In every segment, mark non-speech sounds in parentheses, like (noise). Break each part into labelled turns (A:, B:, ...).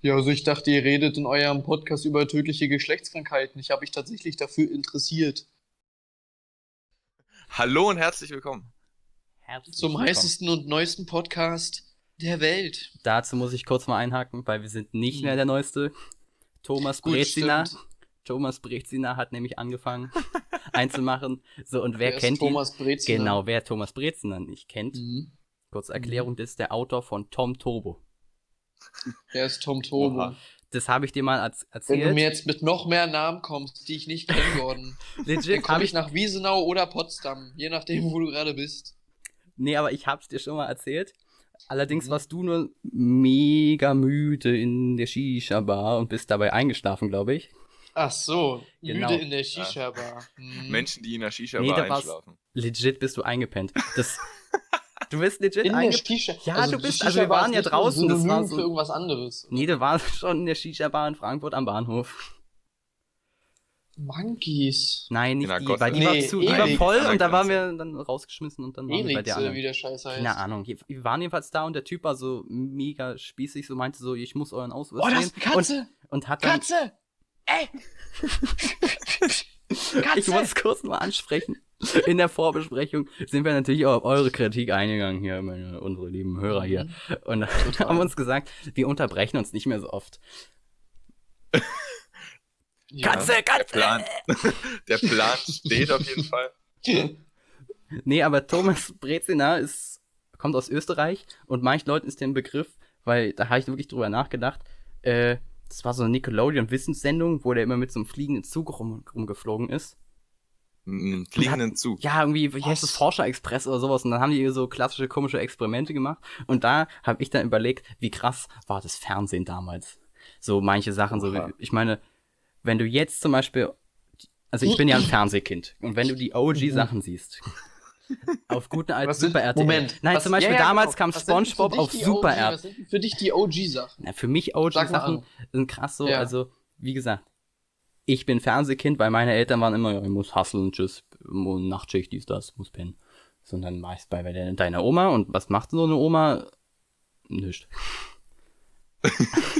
A: Ja, also ich dachte, ihr redet in eurem Podcast über tödliche Geschlechtskrankheiten. Ich habe mich tatsächlich dafür interessiert.
B: Hallo und herzlich willkommen.
C: Herzlich
A: Zum
C: willkommen.
A: heißesten und neuesten Podcast der Welt.
C: Dazu muss ich kurz mal einhaken, weil wir sind nicht
A: Hm.
C: mehr der Neueste. Thomas
A: Gut,
C: Brezina.
A: stimmt.
C: Thomas Brezina hat nämlich
A: (laughs)
C: angefangen einzumachen. So, und wer
A: ist
C: kennt
A: Thomas
C: ihn?
A: Brezina?
C: Genau, wer Thomas Brezina nicht kennt.
A: Mhm.
C: Kurze Erklärung, das ist der Autor von Tom Turbo.
A: Der ist Tom Tobo.
B: Oha.
C: Das habe ich dir mal als,
A: Wenn du mir
C: erzählt.
A: jetzt mit noch mehr Namen kommst, die ich nicht kenne,
C: (laughs)
A: Gordon, dann (laughs)
C: Legit
A: komme
C: habe
A: ich
C: ich.
A: nach Wiesenau oder Potsdam, je nachdem, wo du gerade bist.
C: Nee, aber ich hab's dir schon mal erzählt. Allerdings
A: Mhm.
C: warst du nur mega müde in der Shisha-Bar und bist dabei eingeschlafen, glaube ich.
A: Ach so,
C: Genau.
A: müde in der Shisha-Bar. Mhm.
B: Menschen, die in der Shisha
C: Nee,
B: Bar
C: da war's-
B: einschlafen.
C: Legit bist du eingepennt.
A: (laughs)
C: Das, du bist legit
A: in der
C: eingepennt.
A: Shisha.
C: Ja, du
A: die
C: bist- also wir
A: Shisha-Bar
C: waren
A: ist
C: ja
A: nicht ein
C: draußen, das war
A: Synonym
C: so-
A: für irgendwas anderes.
C: Nee, du warst (laughs) schon in der Shisha-Bar in Frankfurt am Bahnhof.
A: Monkeys.
C: Nein, nicht
B: In der
C: die,
B: Gosse.
C: weil die
A: Nee,
C: war zu, die war
A: Elix.
C: voll
B: An der
C: und da waren
B: Grenze.
C: wir dann rausgeschmissen und dann waren wir bei der
A: Elixe, äh, wie
C: anderen.
A: der Scheiß heißt.
C: Keine Ahnung. Wir wir waren jedenfalls da und der Typ war so mega spießig, so meinte so, ich muss euren Ausweis
A: Oh, das
C: sehen.
A: ist eine Katze!
C: Und, und hat dann,
A: Katze! Ey! Katze!
C: (laughs) ich wollte es kurz mal ansprechen. (laughs) In der Vorbesprechung sind wir natürlich auch auf eure Kritik eingegangen hier, meine, unsere lieben Hörer hier.
A: Mhm.
C: Und (laughs) haben uns gesagt, wir unterbrechen uns nicht mehr so oft.
A: Ja. (laughs)
C: Katze, Katze!
B: Plan. (laughs) der Plan steht auf jeden
C: (laughs)
B: Fall.
C: Nee, aber Thomas (laughs) Brezina ist, kommt aus Österreich und manchen Leuten ist der ein Begriff, weil da habe ich wirklich drüber nachgedacht. Äh, das war so eine Nickelodeon-Wissenssendung, wo der immer mit so einem fliegenden Zug rum, rumgeflogen ist.
B: Einen Mm, fliegenden Zug.
C: Ja, irgendwie, wie heißt
A: Was?
C: das, Forscher Express oder sowas. Und dann haben die so klassische komische Experimente gemacht. Und da habe ich dann überlegt, wie krass war das Fernsehen damals. So manche Sachen, so,
B: Oha.
C: ich meine, wenn du jetzt zum Beispiel, also ich
A: (laughs)
C: bin ja ein Fernsehkind. Und wenn du die OG-Sachen siehst, auf guten alten
A: Mhm. Was sind-
C: Super RTL.
A: Moment.
C: Nein,
A: was-
C: zum Beispiel
A: ja, ja,
C: damals
A: genau.
C: kam
A: Was sind denn für
C: SpongeBob
A: dich
C: auf
A: die
C: Super
A: OG? Was
C: RTL.
A: sind denn für dich die
C: (laughs)
A: OG-Sachen?
C: Na, Für mich
A: Sag mal
C: OG-Sachen
A: an.
C: sind krass so,
A: Ja.
C: also wie gesagt, ich bin Fernsehkind, weil meine Eltern waren immer, ja, ich muss hustlen, tschüss, mu- Nachtschicht, dies, das, muss pennen. Sondern meist bei de- deiner Oma und was macht so eine Oma? Nicht.
A: (laughs)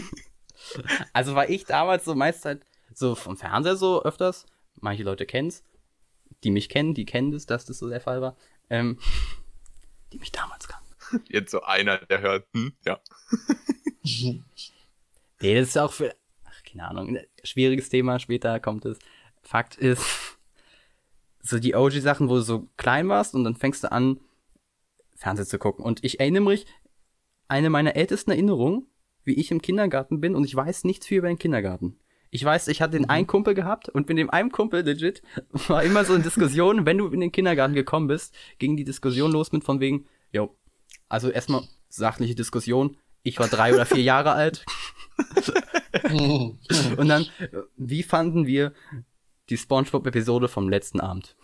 C: also war ich damals so meist halt so vom Fernseher so öfters, manche Leute kennen's, die mich kennen, die kennen das, dass das so der Fall war, ähm, die mich damals kannten.
B: Jetzt so einer, der hört, hm, ja.
C: Nee, das ist auch für. Ach, keine Ahnung. ne, Schwieriges Thema, später kommt es. Fakt ist, so die OG-Sachen, wo du so klein warst und dann fängst du an, Fernsehen zu gucken. Und ich erinnere mich, eine meiner ältesten Erinnerungen, wie ich im Kindergarten bin und ich weiß nichts viel über den Kindergarten. Ich weiß, ich hatte den einen Kumpel gehabt und mit dem einen Kumpel, legit, war immer so eine Diskussion, wenn du in den Kindergarten gekommen bist, ging die Diskussion los mit von wegen, jo, also erstmal sachliche Diskussion, ich war drei oder vier Jahre alt,
A: Mhm.
C: (laughs) und dann, äh, wie fanden wir die SpongeBob-Episode vom letzten Abend?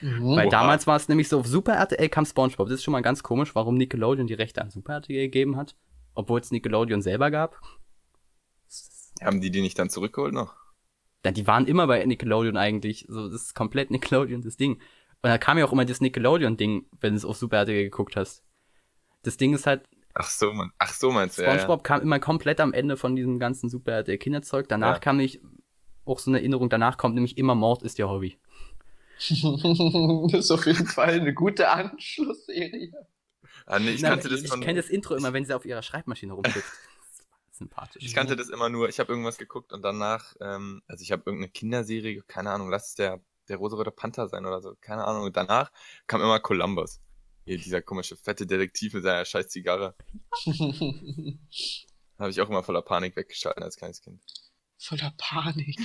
A: Mhm.
C: Weil
B: Oha.
C: damals war es nämlich so, auf Super RTL kam SpongeBob. Das ist schon mal ganz komisch, warum Nickelodeon die Rechte an Super RTL gegeben hat, obwohl es Nickelodeon selber gab.
B: Haben die die nicht dann zurückgeholt noch?
C: Denn die waren immer bei Nickelodeon eigentlich. So, das ist komplett Nickelodeon, das Ding. Und da kam ja auch immer das Nickelodeon-Ding, wenn du es auf Super RTL geguckt hast. Das Ding ist halt,
B: Ach so, man. Ach so meinst du, ja,
C: SpongeBob kam immer komplett am Ende von diesem ganzen Super RTL Kinderzeug. Danach
B: Ja.
C: kam nämlich auch so eine Erinnerung, danach kommt nämlich immer Mord ist ihr Hobby.
A: das ist auf jeden Fall eine gute Anschlussserie. (laughs)
B: ja. Ah, nee, ich
C: Nein,
B: kannte das
C: ich
B: von,
C: kenne das Intro immer, wenn sie auf ihrer Schreibmaschine (laughs) rumtippt. Sympathisch.
B: ich kannte das immer nur, ich habe irgendwas geguckt und danach, ähm, also ich habe irgendeine Kinderserie, keine Ahnung, lass es der, der rosarote Panther sein oder so, keine Ahnung. Und danach kam immer Columbus. Hier, dieser komische fette Detektiv mit seiner scheiß Zigarre. Habe ich auch immer voller Panik weggeschalten als kleines Kind.
A: Voller Panik.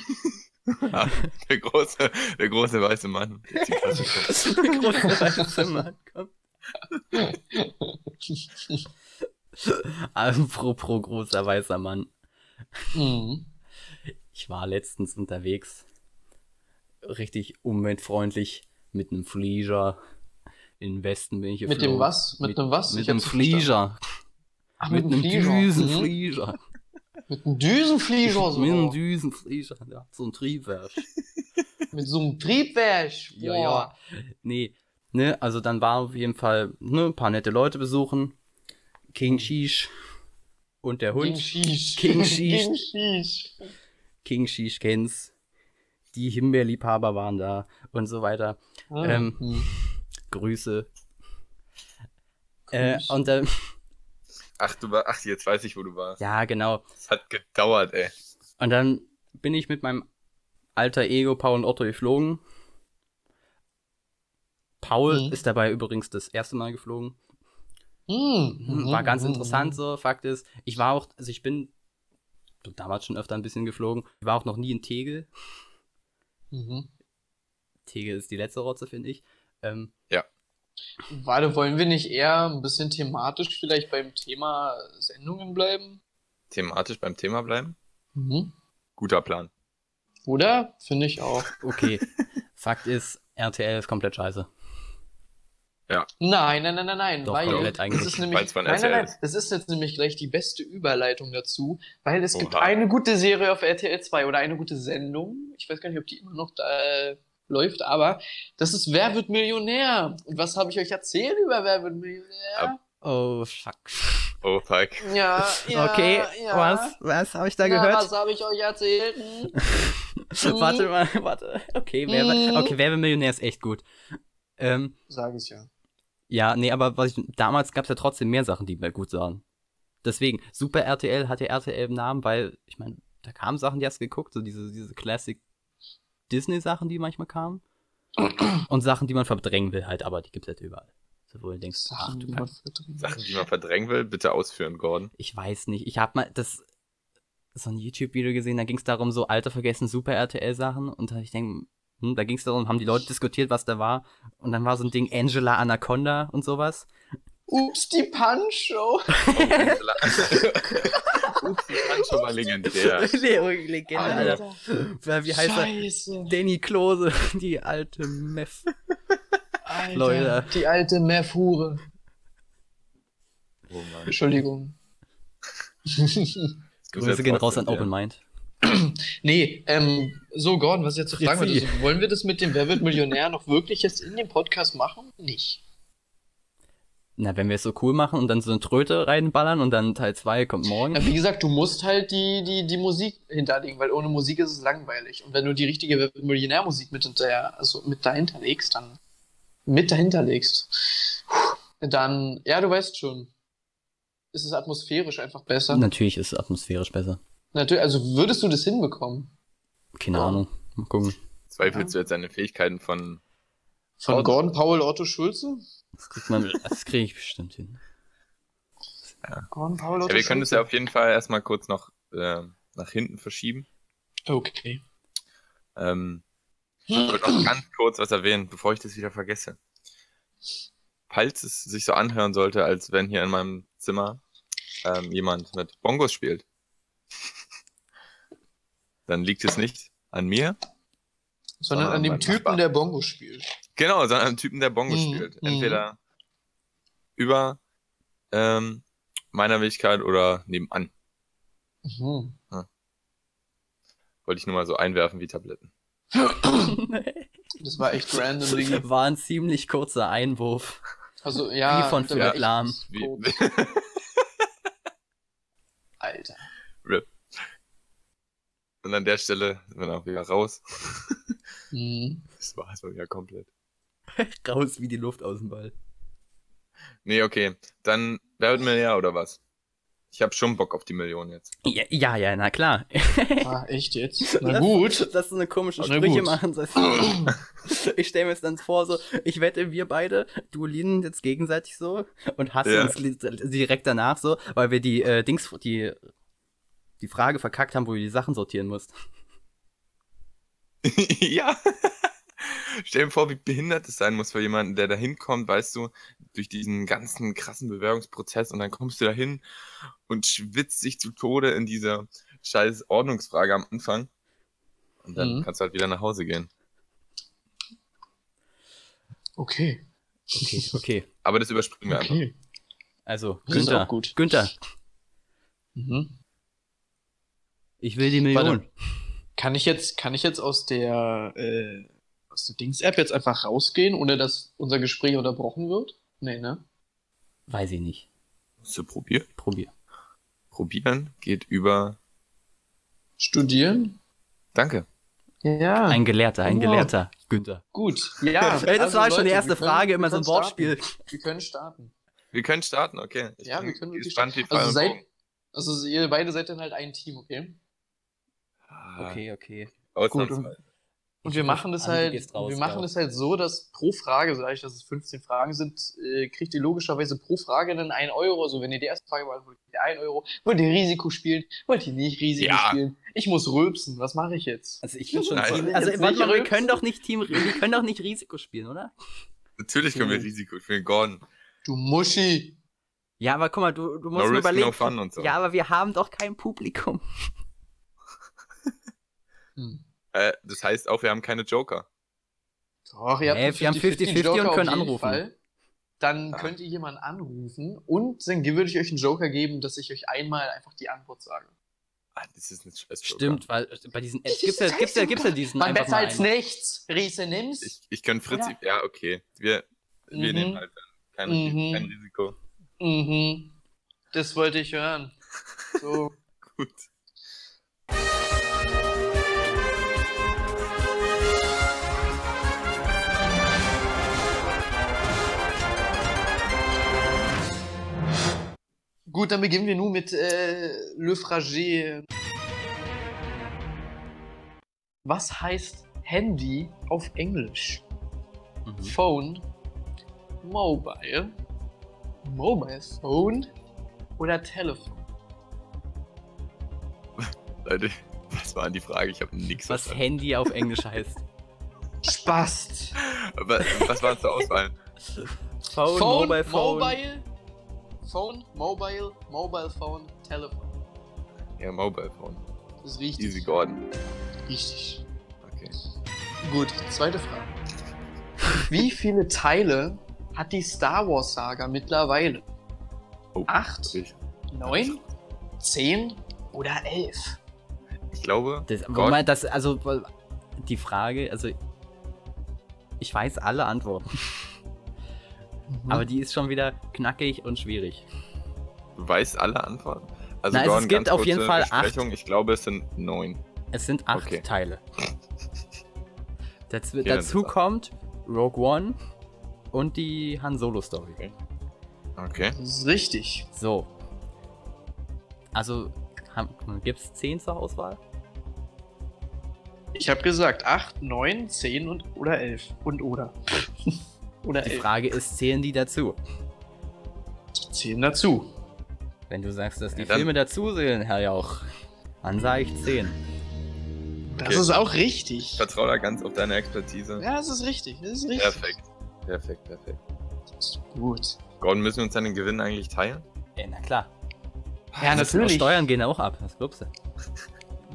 B: Ah, (laughs) der große, der große weiße Mann. der Zigarre raucht.
C: (laughs) Das ist eine große Reise zum Ankommen. Apropos großer weißer Mann.
A: mhm.
C: Ich war letztens unterwegs. Richtig umweltfreundlich. Mit einem Flieger. In den Westen bin ich
A: Mit
C: geflogen.
A: dem was? Mit einem was?
C: Mit
A: Ich hab's
C: einem
A: nicht verstanden.
C: Flieger.
A: Ach,
C: Mit einem
A: Mhm.
C: Düsenflieger.
A: Mit einem Düsenflieger so.
C: Mit einem Düsenflieger. Der hat so ein Triebwerk.
A: Mit so einem Triebwerk.
C: Ja, ja. Nee, ne, also dann war auf jeden Fall, ne, ein paar nette Leute besuchen. King Shish. und der
A: King
C: Hund.
A: Sheesh.
C: King Sheesh.
A: King Sheesh.
C: King Shish kennt's. Die Himbeerliebhaber waren da und so weiter.
A: Ah,
C: Ähm,
A: hm.
C: Grüße. Äh,
A: Grüß.
C: und dann, (laughs)
B: Ach, du war, ach, jetzt weiß ich, wo du warst.
C: ja, genau.
B: Es hat gedauert, ey.
C: Und dann bin ich mit meinem alter Ego Paul und Otto geflogen. Paul
A: Mhm.
C: ist dabei übrigens das erste Mal geflogen.
A: Hm.
C: War ganz
A: Hm.
C: interessant so. Fakt ist, ich war auch, also ich bin damals schon öfter ein bisschen geflogen. Ich war auch noch nie in Tegel.
A: Mhm.
C: Tegel ist die letzte Rotze, finde ich. Ähm,
A: Warte, wollen wir nicht eher ein bisschen thematisch vielleicht beim Thema Sendungen bleiben?
B: Thematisch beim Thema bleiben.
A: Mhm.
B: Guter Plan.
A: Oder? Finde ich auch.
C: (laughs) okay. Fakt ist, RTL ist komplett scheiße.
A: Nein, nein, nein, nein, nein,
C: Doch,
A: weil
C: komplett
A: es ist
C: eingeschränkt.
A: nämlich,
B: Weil's von
A: nein, nein,
B: RTL
A: nein, es ist jetzt nämlich gleich die beste Überleitung dazu, weil es gibt
B: Oha.
A: eine gute Serie auf RTL 2 oder eine gute Sendung, ich weiß gar nicht, ob die immer noch da äh, läuft, aber das ist Wer wird Millionär? Und was habe ich euch erzählt über Wer wird
B: Äh,
A: Millionär?
C: Oh, fuck.
B: Oh, fuck.
A: Ja, ja,
C: okay,
A: ja.
C: was? Was habe ich da
A: ja,
C: gehört?
A: Was habe ich euch erzählt? Hm?
C: (laughs) warte mal, warte. Okay, wer,
A: Mhm.
C: okay, wer wird Millionär ist echt gut. Ähm,
A: Sag ich ja.
C: ja, nee, aber was ich, damals gab es ja trotzdem mehr Sachen, die mir gut sahen. Deswegen, Super RTL hatte RTL im Namen, weil, ich meine, da kamen Sachen, die hast du geguckt, so diese, diese Classic Disney-Sachen, die manchmal kamen. Und Sachen, die man verdrängen will, halt, aber die gibt's halt überall. So, wo du denkst, ach du Kack.
B: Sachen, die man verdrängen will, bitte ausführen, Gordon.
C: ich weiß nicht, ich habe mal das so ein YouTube-Video gesehen, da ging es darum, so alte vergessen Super RTL-Sachen und da ich denke, hm, da ging es darum, haben die Leute diskutiert, was da war und dann war so ein Ding Angela Anaconda und sowas.
A: Ups, die Punch-Show.
B: Ups, die Pancho war (laughs) legendär.
C: Le- Legende, Alter. Wer- Äh, Wie heißt er?
A: Scheiße.
C: Danny Klose, (laughs) die alte Meth.
A: Alter,
C: Leute.
A: Die alte Meff-Hure.
B: Oh Mann.
C: (laughs)
A: Entschuldigung.
B: Das muss
C: Grüße
B: jetzt
C: gehen
B: raus
C: raus an
B: mit dir.
C: Open Mind.
A: nee, ähm, so Gordon, was ich jetzt zu fragen wollte,
C: Fritzi.
A: also, wollen wir das mit dem Wer wird Millionär noch wirklich jetzt in dem Podcast machen? Nicht.
C: Na, wenn wir es so cool machen und dann so eine Tröte reinballern und dann Teil 2 kommt morgen.
A: Ja, wie gesagt, du musst halt die, die, die Musik hinterlegen, weil ohne Musik ist es langweilig. Und wenn du die richtige Wer wird Millionär-Musik mit hinterher, also mit dahinter legst, dann mit dahinter legst, dann, ja, du weißt schon, ist es atmosphärisch einfach besser.
C: Natürlich ist es atmosphärisch besser.
A: Natürlich, also würdest du das hinbekommen?
C: Keine
A: Ja.
C: Ahnung. Mal gucken.
B: Zweifelst du jetzt an den Fähigkeiten von.
A: Von
B: Gordon.
A: Gordon Powell, Otto Schulze?
C: Das kriegt man, das kriege ich bestimmt (laughs) hin.
A: Gordon Powell, Otto
B: Ja, wir können das ja
A: Schulze.
B: auf jeden Fall erstmal kurz noch äh, nach hinten verschieben.
A: Okay.
B: Ähm, ich würde noch ganz kurz was erwähnen, bevor ich das wieder vergesse. Falls es sich so anhören sollte, als wenn hier in meinem Zimmer ähm, jemand mit Bongos spielt, (laughs) dann liegt es nicht an mir,
A: Sondern
B: Sondern
A: an dem
B: mein
A: Typen,
B: Nachbar.
A: der Bongo spielt.
B: Genau, sondern einem Typen, der Bongo
A: Mhm,
B: spielt.
A: mhm.
B: Entweder über ähm, meiner Fähigkeit oder nebenan.
A: Mhm.
B: Wollte ich nur mal so einwerfen wie Tabletten.
A: Das war (laughs) echt random, Diggi.
C: War ein ziemlich kurzer Einwurf.
A: Also, ja.
C: Wie von
A: da war
C: Philipp
A: echt
C: Lahm.
B: Wie,
A: tot. Alter.
B: und an der Stelle sind wir dann auch wieder raus. (laughs)
A: Mhm.
B: Das war so ja komplett.
C: (laughs) Raus wie die Luft aus dem Ball.
B: Nee, okay. Dann wer wird Millionär oder was? Ich habe schon Bock auf die Million
A: (laughs)
B: jetzt.
C: Ja, ja, ja na klar.
A: Ah, echt (laughs) jetzt? Na
C: Das-
A: gut.
C: Dass so eine komische
A: Na
C: Sprüche
A: gut.
C: machen. Das ich stelle mir es dann vor, so, ich wette, wir beide duellieren jetzt gegenseitig so und hassen
B: Ja.
C: uns li- direkt danach so, weil wir die äh, Dings, die, die Frage verkackt haben, wo du die Sachen sortieren musst.
B: ja. (laughs) Stell dir vor, wie behindert es sein muss für jemanden, der da hinkommt, weißt du, durch diesen ganzen krassen Bewerbungsprozess und dann kommst du da hin und schwitzt sich zu Tode in dieser scheiß Ordnungsfrage am Anfang. Und dann
A: Mhm.
B: kannst du halt wieder nach Hause gehen.
A: Okay.
C: Okay, okay.
B: Aber das überspringen wir einfach.
A: Okay.
C: Also,
A: Das (laughs) ist
C: Günther,
A: auch gut.
C: Günther,
A: Mhm.
C: ich will die Million.
A: Warte. Kann ich jetzt, kann ich jetzt aus der, äh, aus der Dings-App jetzt einfach rausgehen, ohne dass unser Gespräch unterbrochen wird? Nee, ne?
C: Weiß ich nicht.
B: Hast du probiert?
C: Probier.
B: Probieren geht über.
A: Studieren?
B: Danke.
A: Ja,
C: Ein Gelehrter, ein
A: Ja.
C: Gelehrter. Günther.
A: gut. Ja,
C: Ey, das
A: also,
C: war schon
A: Leute,
C: die erste
A: wir können-
C: Frage, immer
A: wir
C: so ein
A: können
C: Wortspiel.
A: starten. Wir können starten.
B: Wir können starten, okay. Ich
A: Ja,
B: bin
A: wir können wirklich
B: gespannt, wie
A: Also,
B: Fragen
A: seid, also ihr beide seid dann halt ein Team, okay?
B: Ah,
C: okay.
B: Ausnahmsweise.
A: Und wir machen das
C: Andi, du
A: halt,
C: gehst raus,
A: wir machen
C: glaub.
A: das halt so, dass pro Frage, sage ich, dass es 15 Fragen sind, äh, kriegt ihr logischerweise pro Frage dann 1 Euro. Also wenn ihr die erste Frage beantwortet, kriegt ihr 1 Euro. Wollt ihr Risiko spielen? Wollt ihr nicht Risiko
B: Ja.
A: spielen? Ich muss rülpsen. Was mache ich jetzt?
C: Also ich bin schon.
B: Nein,
C: voll-
A: jetzt
C: also
A: nicht
C: warte mal, wir
A: rülpsen.
C: können doch nicht Team, wir können doch nicht Risiko spielen, oder?
B: Natürlich können wir
C: Hm.
A: Mhm.
B: Risiko spielen. Gordon.
A: Du Muschi.
C: Ja, aber guck mal, du, du
B: No
C: musst mir
B: risk,
C: überlegen.
B: no fun und so.
C: Ja, aber wir haben doch kein Publikum.
A: Hm.
B: Äh, das heißt auch, wir haben keine Joker.
A: Doch, ihr habt
C: Hey,
A: einen
C: wir haben 50-50 und
A: Joker auf
C: können
A: jeden
C: anrufen.
A: Dann
B: Ja.
A: könnt ihr jemanden anrufen und dann würde ich euch einen Joker geben, dass ich euch einmal einfach die Antwort sage.
B: Ah, das ist ein scheiß Joker.
C: (laughs) Stimmt, weil bei diesen Apps
A: Das
C: gibt's
A: ist
C: ja, gibt's ja,
A: scheiße,
C: gibt's ja diesen
A: Man
C: einfach
A: besser
C: mal
A: als
C: einen.
A: nichts. Riese nimm's.
B: Ich, ich kann Fritz.
A: Oder?
B: Ja, okay. Wir, wir
A: Mhm.
B: nehmen halt dann kein,
A: Mhm.
B: kein Risiko.
A: Mhm. Das wollte ich hören.
C: (laughs)
A: So.
B: Gut.
A: Gut, dann beginnen wir nun mit äh, Le Fragé. Was heißt Handy auf Englisch?
C: Mhm.
A: Phone, Mobile, Mobile Phone oder Telefon?
B: Leute, was war die Frage? Ich habe nichts
C: Mhm. Was
B: verstanden.
C: Handy auf Englisch
A: (laughs)
C: heißt.
A: Spast.
B: Aber Was war zur Auswahl? (laughs)
C: Phone, Mobile Phone.
A: Mobile, Phone, Mobile, Mobile Phone, Telefon.
B: Ja, Mobile Phone.
A: Das ist richtig.
B: Easy Gordon.
A: Richtig.
B: Okay.
A: Gut, zweite Frage. Wie viele Teile hat die Star Wars Saga mittlerweile?
B: Oh,
A: Acht,
B: Ich,
A: neun, zehn oder elf?
B: ich glaube,
C: Das,
B: Gott.
C: Moment, das, also weil- die Frage, also ich weiß alle Antworten,
A: Mhm.
C: aber die ist schon wieder knackig und schwierig.
B: du weißt alle Antworten. Also,
C: Na, also
B: Gordon,
C: es gibt
B: ganz
C: auf jeden
B: kurze
C: Fall acht.
B: Besprechung. Ich glaube, es sind neun.
C: Es sind acht
B: Okay. (laughs)
C: Teile. Daz
B: dann
C: dazu
B: ist das-
C: kommt Rogue One und die Han Solo Story.
B: Okay.
A: Das ist richtig.
C: So. Also gibt es zehn zur Auswahl?
A: Ich habe gesagt acht, neun, zehn und oder elf und oder (laughs) oder
C: Die
A: elf.
C: Frage ist, zählen die dazu?
A: Zehn dazu.
C: Wenn du sagst, dass die
B: Ja, dann-
C: Filme dazu zählen, Herr Jauch, dann sage ich zehn.
A: Das
B: Okay.
A: ist auch richtig.
B: Ich vertraue da ganz auf deine Expertise.
A: Ja, das ist richtig. Das ist richtig.
B: Perfekt. Perfekt, perfekt.
A: Gut.
B: Gordon, müssen wir uns dann den Gewinn eigentlich teilen?
C: Ey, na klar.
A: Ja,
C: Das sind auch
A: natürlich.
C: Steuern gehen auch ab, was glaubst du?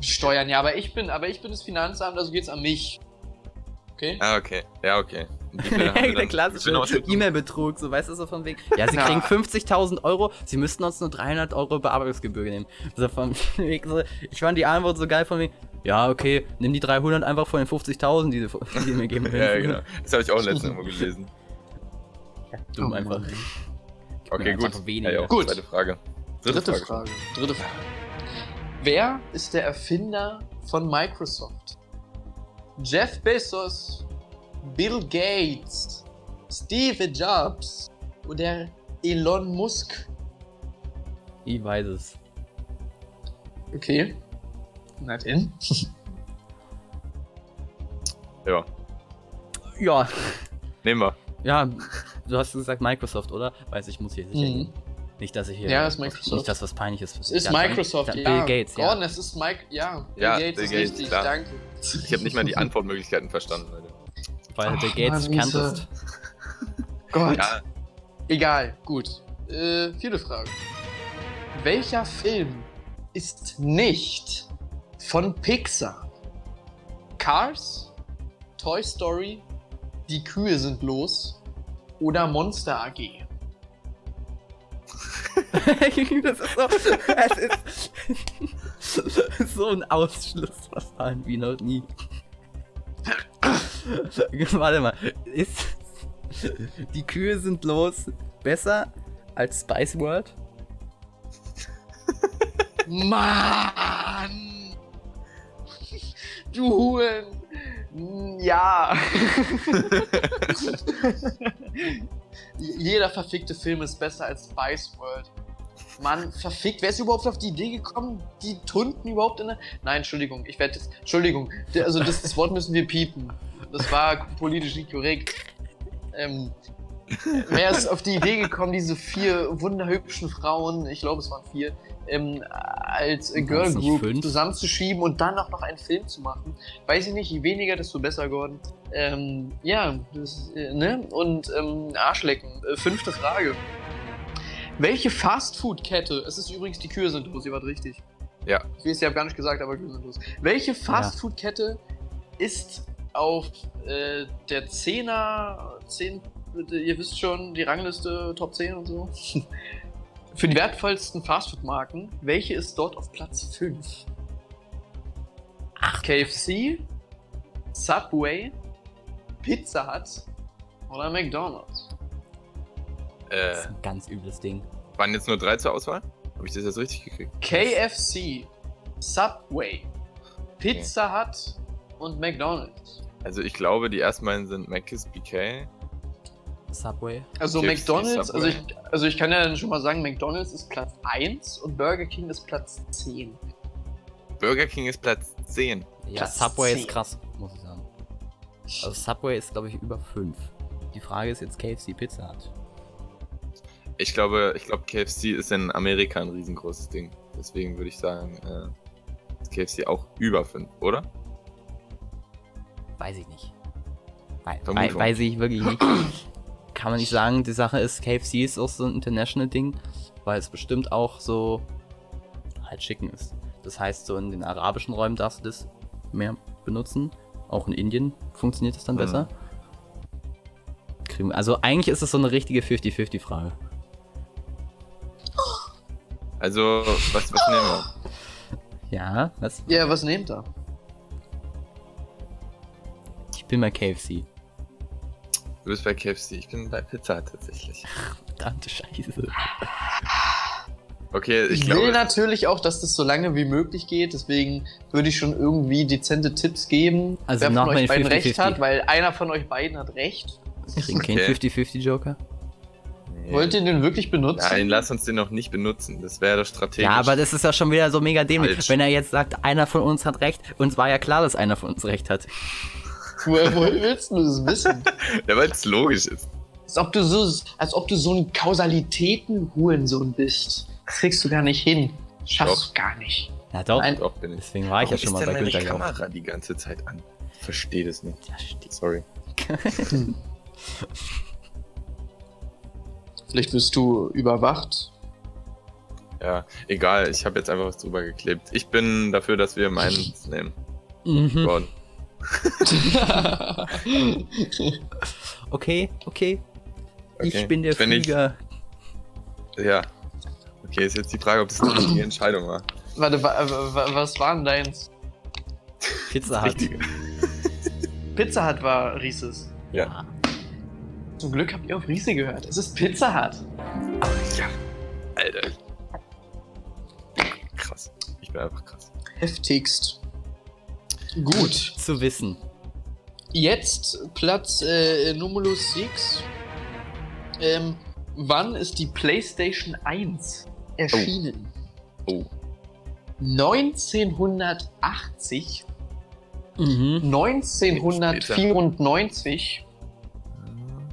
A: Steuern, ja, aber ich bin, aber ich bin das Finanzamt, also geht's an mich. Okay?
B: Ah, okay. Ja, genau. okay.
C: (laughs)
B: Wie viel haben wir
C: Der
B: dann?
C: klassische
B: Wie viel Ausschüttung?
C: E-Mail-Betrug, so weißt du so von wegen. Ja, sie
A: Ja.
C: kriegen 50.000 Euro, sie müssten uns nur 300 Euro Bearbeitungsgebühr nehmen. So (laughs) von wegen, so, ich fand die Antwort so geil von wegen, ja, okay, nimm die 300 einfach von den 50.000, die sie die sie mir geben
B: (laughs) (laughs)
C: können.
B: Ja, genau. Das habe ich auch letztens irgendwo gelesen.
C: Dumm
A: Oh
C: einfach.
A: Mann.
B: Okay,
C: einfach
B: gut.
C: weniger.
B: Ja, ja,
A: Gut.
B: Zweite Frage.
A: Dritte, Frage. Dritte Frage. Wer ist der Erfinder von Microsoft? Jeff Bezos, Bill Gates, Steve Jobs oder Elon Musk?
C: Ich weiß es.
A: Okay. Na denn?
B: Ja,
C: Ja,
B: nehmen wir.
C: ja, du hast gesagt Microsoft, oder? Weiß ich, muss hier sicher
A: Mhm.
C: gehen. Nicht, dass ich hier.
A: Ja, ist Microsoft.
C: Nicht, dass was peinliches
A: Es ist Microsoft,
C: Bill
A: ja.
C: Gates, ja.
A: Gordon, es ist Mike. Ja, Bill
B: Ja,
A: Gates
B: Bill
A: ist
B: Gates,
A: richtig.
B: klar.
A: Danke. (laughs)
B: Ich habe nicht mal die Antwortmöglichkeiten verstanden, Leute.
C: Weil
A: Ach,
C: Bill Gates
A: Mann, Lisa.
C: kanntest.
A: Oh Gott.
B: Ja,
A: Egal, gut. Äh, vierte Frage. Welcher Film ist nicht von Pixar? Cars, Toy Story, Die Kühe sind los oder Monster AG?
C: (laughs) das ist so, es ist (laughs) so ein Ausschluss, was da wie noch nie. (laughs) Warte mal, ist die Kühe sind los besser als Spice World?
A: Mann! Du Huren! Ja! (laughs) Jeder verfickte Film ist besser als Spice World. Mann, verfickt. Wer ist überhaupt auf die Idee gekommen, die Tunden überhaupt in der. Nein, Entschuldigung, ich werde jetzt. Entschuldigung, der- also das, das Wort müssen wir piepen. Das war politisch nicht korrekt. Ähm, wer ist auf die Idee gekommen, diese vier wunderhübschen Frauen, ich glaube es waren vier, ähm, als äh, Girl
C: Waren's nicht
A: Group
C: fünf?
A: zusammenzuschieben und dann auch noch einen Film zu machen? Weiß ich nicht, je weniger, desto besser geworden. Ähm, ja, das, äh, ne? Und ähm, Arschlecken. Äh, fünfte Frage. Welche Fastfood-Kette? Es ist übrigens die Kühe sind los, ihr wart richtig.
B: Ja.
A: Ich weiß, ihr habt gar nicht gesagt, aber Kühe sind los. Welche Fastfood-Kette ist auf äh, der 10er, 10, ihr wisst schon, die Rangliste Top 10 und so. (laughs) Für die wertvollsten Fastfood-Marken, welche ist dort auf Platz 5? KFC, Subway, Pizza Hut oder McDonald's?
C: Das ist
B: Äh,
C: ein ganz übles Ding.
B: waren jetzt nur drei zur Auswahl? Habe ich das jetzt richtig gekriegt?
A: KFC, Subway, Pizza Hut und McDonald's.
B: Also ich glaube, die ersten beiden sind Mc's BK.
C: Subway.
A: Also
B: KFC,
A: McDonald's, also
B: Subway.
A: ich, also ich kann ja dann schon mal sagen, McDonald's ist Platz 1 und Burger King ist Platz 10.
B: Burger King ist Platz 10.
C: Ja,
A: Platz
C: Subway
A: zehn.
C: ist krass, muss ich sagen. Also Subway ist, glaube ich, über 5. Die Frage ist jetzt KFC Pizza Hut.
B: Ich glaube, ich glaube, KFC ist in Amerika ein riesengroßes Ding. Deswegen würde ich sagen, äh, ist KFC auch über 5, oder?
C: Weiß ich nicht. Wei wei
B: Vermutung.
C: weiß ich wirklich nicht. Kann man nicht sagen. Die Sache ist, KFC ist auch so ein International-Ding, weil es bestimmt auch so halt Chicken ist. Das heißt, so in den arabischen Räumen darfst du das mehr benutzen. Auch in Indien funktioniert das dann
B: Mhm.
C: besser. Kriegen- Also eigentlich ist es so eine richtige 50-50-Frage.
B: Also, was, was nehmen wir?
C: Ja, was?
A: Ja, was nehmt ihr?
C: Ich bin bei KFC.
B: Du bist bei KFC, ich bin bei Pizza Hut tatsächlich.
C: Verdammte Scheiße.
B: Okay, ich
A: Ich will
B: glaube,
A: natürlich auch, dass das so lange wie möglich geht, deswegen würde ich schon irgendwie dezente Tipps geben,
C: Also
A: wer
C: mach
A: von
C: mal
A: euch
C: den
A: beiden recht
C: 50-50.
A: hat, weil einer von euch beiden hat recht.
C: Wir kriegen keinen
B: Okay.
C: 50-50-Joker.
B: nee.
A: Wollt ihr den wirklich benutzen?
B: Nein, lass uns den noch nicht benutzen. Das wäre doch strategisch.
C: Ja, aber das ist ja schon wieder so mega dämlich,
B: Falsch.
C: wenn er jetzt sagt, einer von uns hat recht. Und es war ja klar, dass einer von uns recht hat.
A: Woher woher willst du das wissen?
B: Ja, weil es logisch ist.
A: Als ob du so, als ob du so ein Kausalitäten-Hurensohn bist. Das kriegst du gar nicht hin. Schaffst
B: Doch.
A: du gar nicht.
C: Na doch,
A: Nein.
B: Doch, bin ich.
C: deswegen war ich ja
B: Warum
C: schon mal
B: ist denn
C: bei
B: meine
C: Günther Jauch.
B: Kamera die ganze Zeit an? Ich verstehe das nicht.
C: Ja, steht.
B: Sorry.
A: Vielleicht wirst du überwacht.
B: Ja, egal. Ich habe jetzt einfach was drüber geklebt. Ich bin dafür, dass wir meinen nehmen.
C: Mhm.
B: Gordon.
C: Okay, okay,
B: Okay.
C: Ich bin der
B: Wenn ich-
C: Flieger.
B: Ja. Okay, ist jetzt die Frage, ob das eine richtige Entscheidung war.
A: Warte, wa wa was war denn deins?
C: Pizza hat.
B: Richtige.
A: Pizza Hut war Rieses.
B: Ja.
A: Zum Glück habt ihr auf Riese gehört. Es ist Pizza Hut.
B: ja. Alter. Krass. Ich bin einfach krass.
A: Heftigst. Gut.
C: Zu wissen.
A: Jetzt Platz äh, Nummer 6. Ähm, wann ist die PlayStation 1 erschienen?
B: Oh.
A: 1980,
C: Mhm.
A: 1994,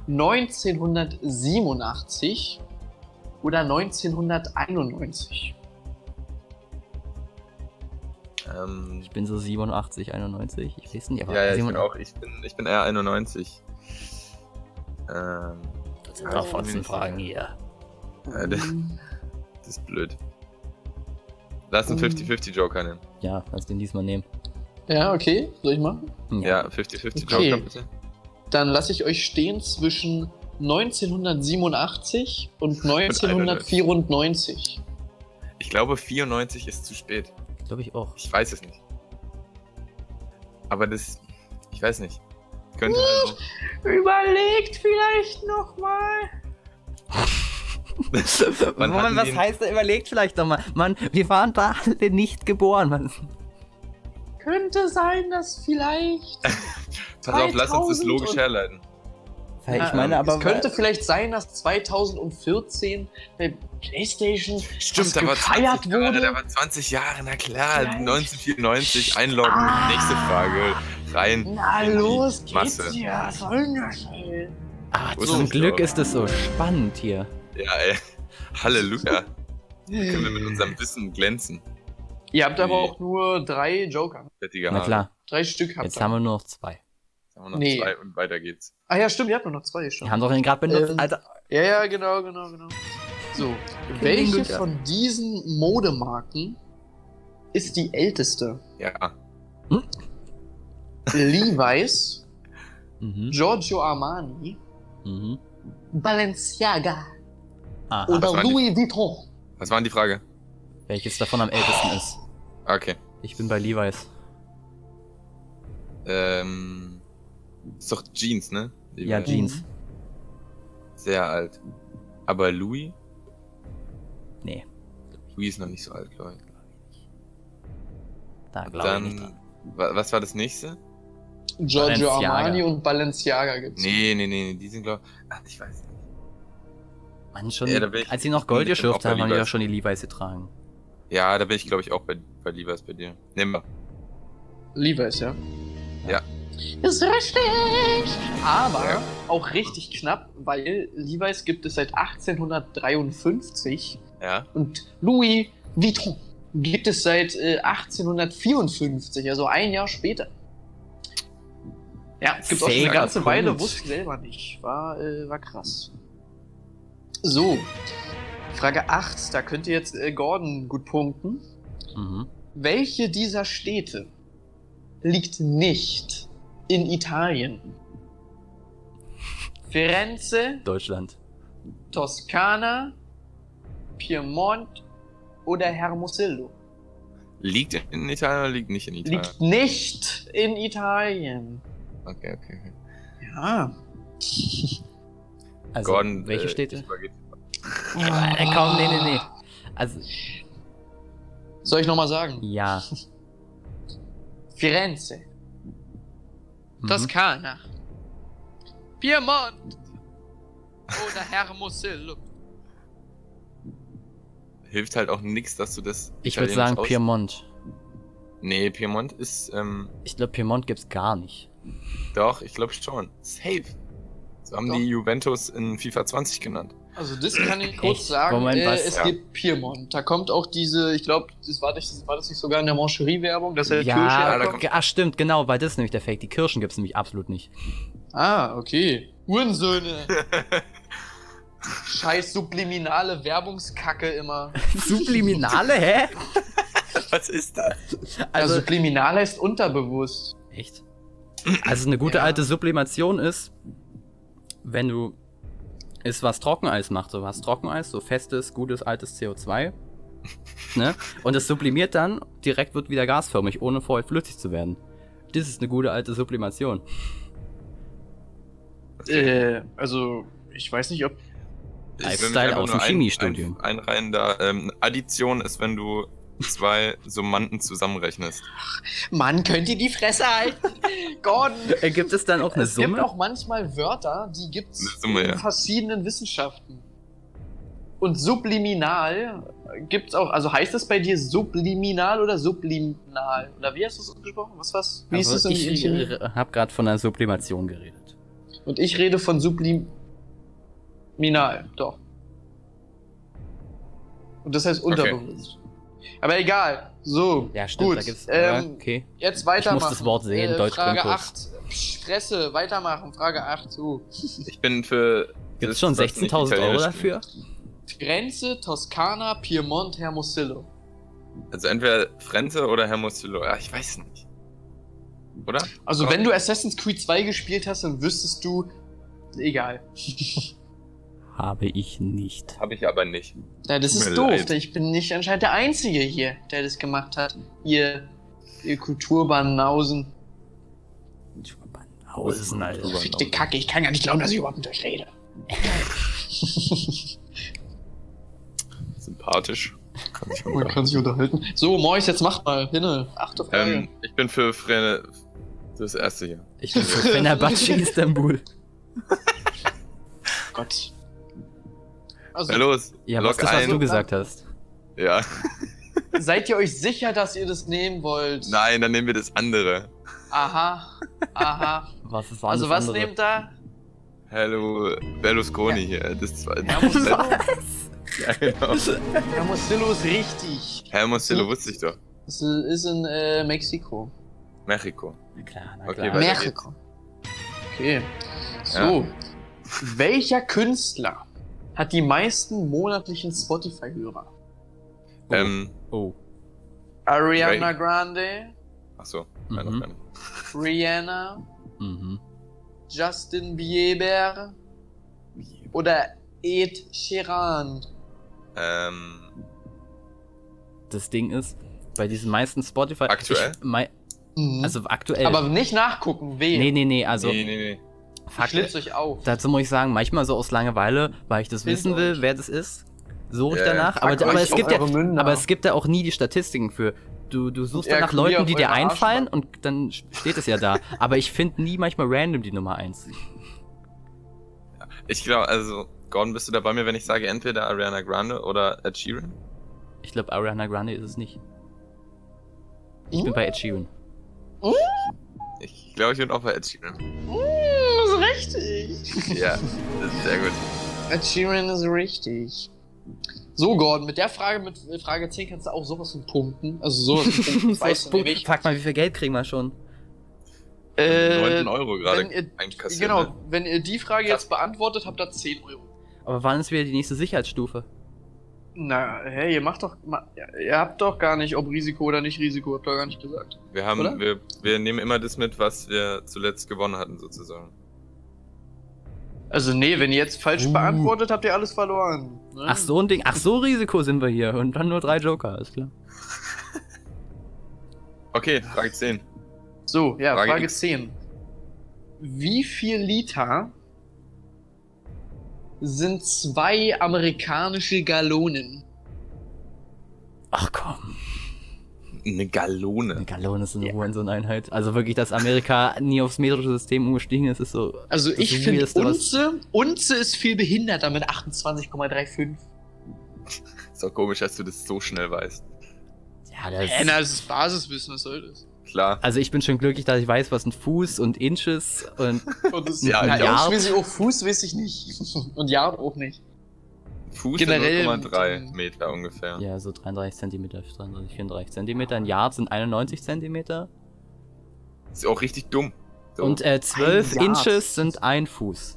A: 1987 oder 1991?
B: Ähm,
C: Ich bin so 87, 91. Ich weiß nicht, aber
B: ja, ja, ich bin
C: 87.
B: auch. Ich bin, ich bin eher 91. Ähm,
C: Das sind doch Fotzenfragen hier.
B: Ja, das- das ist blöd. Lass einen
A: Ähm.
B: 50-50 Joker nehmen.
C: Ja, lass den diesmal nehmen.
A: Ja, okay, soll ich machen?
B: Ja, 50-50
A: Okay.
B: Joker bitte.
A: Dann lasse ich euch stehen zwischen 1987 und 1994.
B: Ich glaube, 94 ist zu spät.
C: Glaube ich auch.
B: Ich weiß es nicht. Aber das. Ich weiß nicht. Könnte halt so-
A: Überlegt vielleicht nochmal.
C: (laughs)
B: Wann
C: Moment,
B: hatten
C: was
B: die ihn-
C: heißt, da? überlegt vielleicht nochmal. Mann, wir waren da alle nicht geboren. Mann.
A: Könnte sein, dass vielleicht.
C: Äh,
B: Pass auf, lass uns das
A: 2000
B: logisch
A: und-
B: herleiten.
C: Ich
A: Ja,
C: meine
B: ähm,
C: aber.
A: Äh,
C: äh,
A: es könnte vielleicht sein, dass 2014 bei PlayStation
B: Stimmt,
A: was
B: da war
A: gefeiert
B: 20 Jahre,
A: wurde.
B: da war 20 Jahre, na klar,
A: Vielleicht.
B: 1994, einloggen,
A: Ah.
B: nächste Frage, rein.
A: Na
B: in die
A: los, geht's
B: Masse.
A: dir? Was soll denn das, ey?
C: aber
B: Wusste
C: Ah, zum
B: ich
C: Glück
B: doch.
C: ist es so spannend hier.
B: Ja, ey. Halleluja. Können wir mit unserem Wissen glänzen,
A: Ihr habt aber
B: Nee.
A: auch nur drei Joker.
B: fettiger
C: Na klar,
A: Drei Stück habt
C: jetzt
A: ihr.
C: haben wir nur noch zwei.
B: Jetzt haben wir noch
A: Nee.
B: zwei und weiter geht's.
A: Ah ja, stimmt, ihr habt nur noch zwei
C: Wir
A: schon.
C: haben doch den gerade benutzt.
A: Ähm,
C: Alter,
A: Ja, ja, genau, genau, genau. So, welche von diesen Modemarken ist die älteste?
B: Ja,
A: Levi's,
C: Mhm.
A: Giorgio Armani,
C: Mhm. Ah,
A: Balenciaga
C: Aha.
A: oder
B: das waren die-
A: Louis Vuitton?
B: was war denn die Frage? Ah,
C: Welches davon am ältesten ist?
B: Okay,
C: Ich bin bei Levi's.
B: ähm, ist doch Jeans, ne? Die
C: Ja,
B: war
C: Jeans.
B: Sehr alt. Aber Louis?
C: Nee,
B: Louis ist noch nicht so alt, glaube ich.
C: da glaube ich nicht dran.
B: Dann, wa- was war das nächste?
A: Giorgio
C: Balenciaga.
A: Armani und Balenciaga gibt's.
B: Nee, nee, nee, nee, die sind, glaube ich, ach, ich weiß nicht.
C: Mann, schon,
B: Ja, da bin ich-
C: als sie noch Gold
B: bin ich auch
C: geschürft
B: bei
C: haben, haben die
B: Levi's.
C: doch schon die Levi's getragen.
B: Ja, da bin ich, glaube ich, auch bei, bei lieber als bei dir. Nehmen wir.
A: Levi's, ja?
B: Ja.
A: Ist richtig! Aber
B: Ja.
A: auch richtig knapp, weil Levi's gibt es seit 1853
B: Ja?
A: und Louis Vuitton gibt es seit äh, 1854, also ein Jahr später. Ja, gibt auch schon eine
C: Fairer
A: ganze
C: Punkt.
A: Weile, wusste ich selber nicht. War, äh, war krass. So, Frage 8, da könnte jetzt äh, Gordon gut punkten.
C: Mhm.
A: Welche dieser Städte liegt nicht in Italien? Firenze,
C: Deutschland.
A: Toskana, Piemont oder Hermosillo?
B: Liegt in Italien oder liegt nicht in Italien?
A: Liegt nicht in Italien.
B: Okay, okay. okay.
A: Ja.
C: Also, welche
B: äh,
C: Städte?
B: ich übergebe-
C: Äh, komm, nee, nee, nee. Also,
A: Soll ich nochmal sagen?
C: ja.
A: Firenze,
C: Mhm.
A: Toskana, Piemont oder Hermosillo.
B: Hilft halt auch nichts, dass du das.
C: ich würde
B: italienisch
C: sagen Piemont.
B: Nee, Piemont ist. Ähm,
C: Ich glaube, Piemont gibt's gar nicht.
B: doch, ich glaube schon. Safe. So haben
A: Doch.
B: die Juventus in FIFA 20 genannt.
A: Also das kann ich kurz
C: Echt?
A: sagen.
C: Moment,
A: äh,
C: was?
A: es
B: Ja.
A: gibt Piemont. Da kommt auch diese, ich glaube, das war, nicht, war das nicht sogar in der Mancherie-Werbung, dass er Kirsche
C: ja,
B: da
A: herkommt?
B: kommt-
C: ge- ach stimmt, genau, weil das ist nämlich der Fake. Die Kirschen gibt's nämlich
A: (laughs)
C: absolut nicht.
A: Ah, okay. Hurensöhne. Scheiß subliminale Werbungskacke immer.
C: Subliminale, hä?
B: (laughs) Was ist das?
A: Also,
C: (laughs) Also,
A: subliminal heißt unterbewusst.
C: echt. Also eine gute
A: Ja.
C: alte Sublimation ist, wenn du ist was Trockeneis macht, so was Trockeneis, so festes, gutes, altes CO2. ne? Und das sublimiert dann, direkt wird wieder gasförmig, ohne vorher flüssig zu werden. Das ist eine gute alte Sublimation.
A: Äh, also, ich weiß nicht, ob.
B: Ich will mich
C: Lifestyle
B: einfach
C: aus
B: nur
C: dem
B: ein-
C: Chemiestudium.
B: Ein, einreihen da. Ähm, Addition ist, wenn du zwei Summanden zusammenrechnest.
A: Mann, könnt ihr die Fresse halten? (laughs) Gordon!
C: Äh, Gibt es dann auch eine
A: Es gibt
C: Summe?
A: auch manchmal Wörter, die gibt's
B: Eine Summe,
A: in
B: ja.
A: verschiedenen Wissenschaften. Und subliminal gibt's auch, also heißt es bei dir subliminal oder subliminal? Oder wie hast du es ausgesprochen? Was war's? Wie ist es
C: also
A: in
C: ich
A: Chemie?
C: habe gerade von einer Sublimation geredet.
A: Und ich rede von subliminal, doch. Und das heißt unterbewusst. Aber egal. So,
C: Ja, stimmt,
A: gut.
C: da gibt's
A: ähm,
C: okay.
A: Jetzt weitermachen. Äh,
C: das Wort sehen, Deutsch
A: Frage
C: Grundkurs.
A: 8. Psch, Fresse, weitermachen. Frage 8. So.
B: Ich bin für. das,
C: Gibt's schon
B: was nicht
C: 16.000 Euro
B: italienisch
C: dafür?
A: Grenze, Toskana, Piemont, Hermosillo.
B: klingt. Also entweder Frenze oder Hermosillo. Ja, ich weiß nicht. Oder?
A: Also
B: Ja.
A: wenn du Assassin's Creed 2 gespielt hast, dann wüsstest du. Egal.
C: Habe ich nicht.
B: Habe ich aber nicht.
A: Ja, das
B: Tut mir
A: ist doof.
B: leid.
A: Ich bin nicht anscheinend der Einzige hier, der das gemacht hat. Ihr, ihr Kulturbanausen.
C: Hausen, Alter.
A: Fickte Kacke, ich kann ja nicht glauben, dass ich überhaupt mit euch rede.
B: sympathisch. Kann sich
A: (laughs) Man kann sich unterhalten. So, Mois, jetzt mach mal. Hinne, achte Frage.
B: ähm, ich bin für Frene. Das erste hier.
C: Ich
B: (laughs)
C: bin für Fenerbahce Istanbul.
A: Oh Gott. Also,
B: Na los.
C: Ja, was
B: lock
C: das, was
B: ein.
C: du gesagt hast.
B: Ja.
A: seid ihr euch sicher, dass ihr das nehmen wollt?
B: Nein, dann nehmen wir das andere.
A: Aha, aha.
C: Was ist
A: also was
C: andere?
A: nehmt da?
B: Hello, Berlusconi hier. Das zweite.
C: (laughs)
B: Ja, (laughs) genau.
A: Hermosillo ist richtig.
B: Hermosillo wusste ich doch.
A: Das ist in äh, Mexiko.
B: Mexiko.
C: Na klar, na
B: Okay,
C: klar.
B: weiter geht's.
A: Mexiko. Okay. So. Welcher Künstler hat die meisten monatlichen Spotify-Hörer?
C: Oh.
B: Ähm,
C: oh.
A: Ariana
B: Ray.
A: Grande,
B: achso.
C: Mhm.
B: Nein, noch gar nicht.
A: Rihanna,
C: Mhm.
A: Justin Bieber oder Ed Sheeran?
B: Ähm,
C: Das Ding ist, bei diesen meisten Spotify.
B: Aktuell? Hm?
C: Ich, mei,
A: Mhm.
C: also aktuell.
A: Aber nicht nachgucken, weh.
C: nee, nee, nee, also
B: nee, nee, nee.
C: Fakt,
A: Schlitzt euch auf.
C: dazu muss ich sagen, manchmal so aus Langeweile, weil ich das
A: Find
C: wissen will, wer das ist, suche ich
B: Ja, ja.
C: danach. Aber,
A: Packt
C: aber,
A: euch
C: es
A: auf
C: gibt ja,
A: eure Münder.
C: aber es gibt ja auch nie die Statistiken für. Du, du
A: Genau.
C: suchst
A: Ja,
C: dann nach
A: guck hier
C: Leuten,
A: auf
C: die dir
A: eure
C: einfallen und dann steht es
A: (laughs)
C: ja da. aber ich finde nie manchmal random die Nummer 1.
B: Ich glaube, also, Gordon, bist du da bei mir, wenn ich sage, entweder Ariana Grande oder Ed Sheeran?
C: Ich glaube, Ariana Grande ist es nicht. Ich bin bei Ed Sheeran.
B: Ich glaube, ich bin auch bei
A: (laughs)
B: Ed Sheeran.
A: Mm, ist richtig.
B: Ja, das ist sehr gut.
A: Ed Sheeran ist richtig. So, Gordon, mit der Frage, mit Frage 10 kannst du auch sowas von punkten. Also sowas von
C: (laughs)
A: punkten, weißt du nämlich.
C: Frag mal, wie viel Geld kriegen wir schon?
A: Äh,
B: 9 Euro
A: wenn
B: gerade
A: ihr,
B: einkassiert.
A: genau,
B: ne?
A: wenn ihr die Frage
B: Krass.
A: jetzt beantwortet habt, dann 10 Euro.
C: Aber wann ist wieder die nächste Sicherheitsstufe?
A: Mhm. Na, hey, ihr macht doch, ma- ja, ihr habt doch gar nicht, ob Risiko oder nicht Risiko, habt ihr gar nicht gesagt.
B: Wir, haben,
A: Oder?
B: wir, wir nehmen immer das mit, was wir zuletzt gewonnen hatten, sozusagen.
A: Also nee, wenn ihr jetzt falsch
C: Uh.
A: beantwortet, habt ihr alles verloren. ne?
C: Ach so ein Ding, ach so Risiko sind wir hier und dann nur drei Joker, ist klar.
B: Okay, Frage 10.
A: So, ja,
B: Frage
A: Frage,
B: X.
A: 10. Wie viel Liter sind zwei amerikanische Gallonen?
C: Ach komm,
B: Eine
C: eine
B: Gallone.
C: Gallone ist eine
A: Ja.
C: Hurensohn-Einheit. Also wirklich, dass Amerika nie aufs metrische System umgestiegen ist, ist so.
A: Also
C: Das
A: ich finde
C: Weirdeste, was-
A: Unze, Unze ist viel behinderter mit 28,35.
B: Ist doch komisch, dass du das so schnell weißt.
C: Ja,
A: Äh, na,
C: das
A: das ist Basiswissen, was soll das?
B: Klar.
C: also ich bin schon glücklich, dass ich weiß, was ein Fuß und Inches
A: (laughs)
C: und
A: Und
C: (laughs)
A: das
B: Ja,
A: na,
C: ich auch.
A: Inch weiß ich auch Fuß weiß ich nicht. (laughs) Und Yard auch nicht.
B: Fuß
A: Generell
B: sind
A: mit
B: 0,3
A: dem-
B: Meter ungefähr.
C: ja, so 33 Zentimeter, 33, 34 Zentimeter. Ein Yard sind 91 Zentimeter.
B: Ist auch richtig dumm. So.
C: Und äh, 12
A: Yard.
C: Inches sind ein Fuß.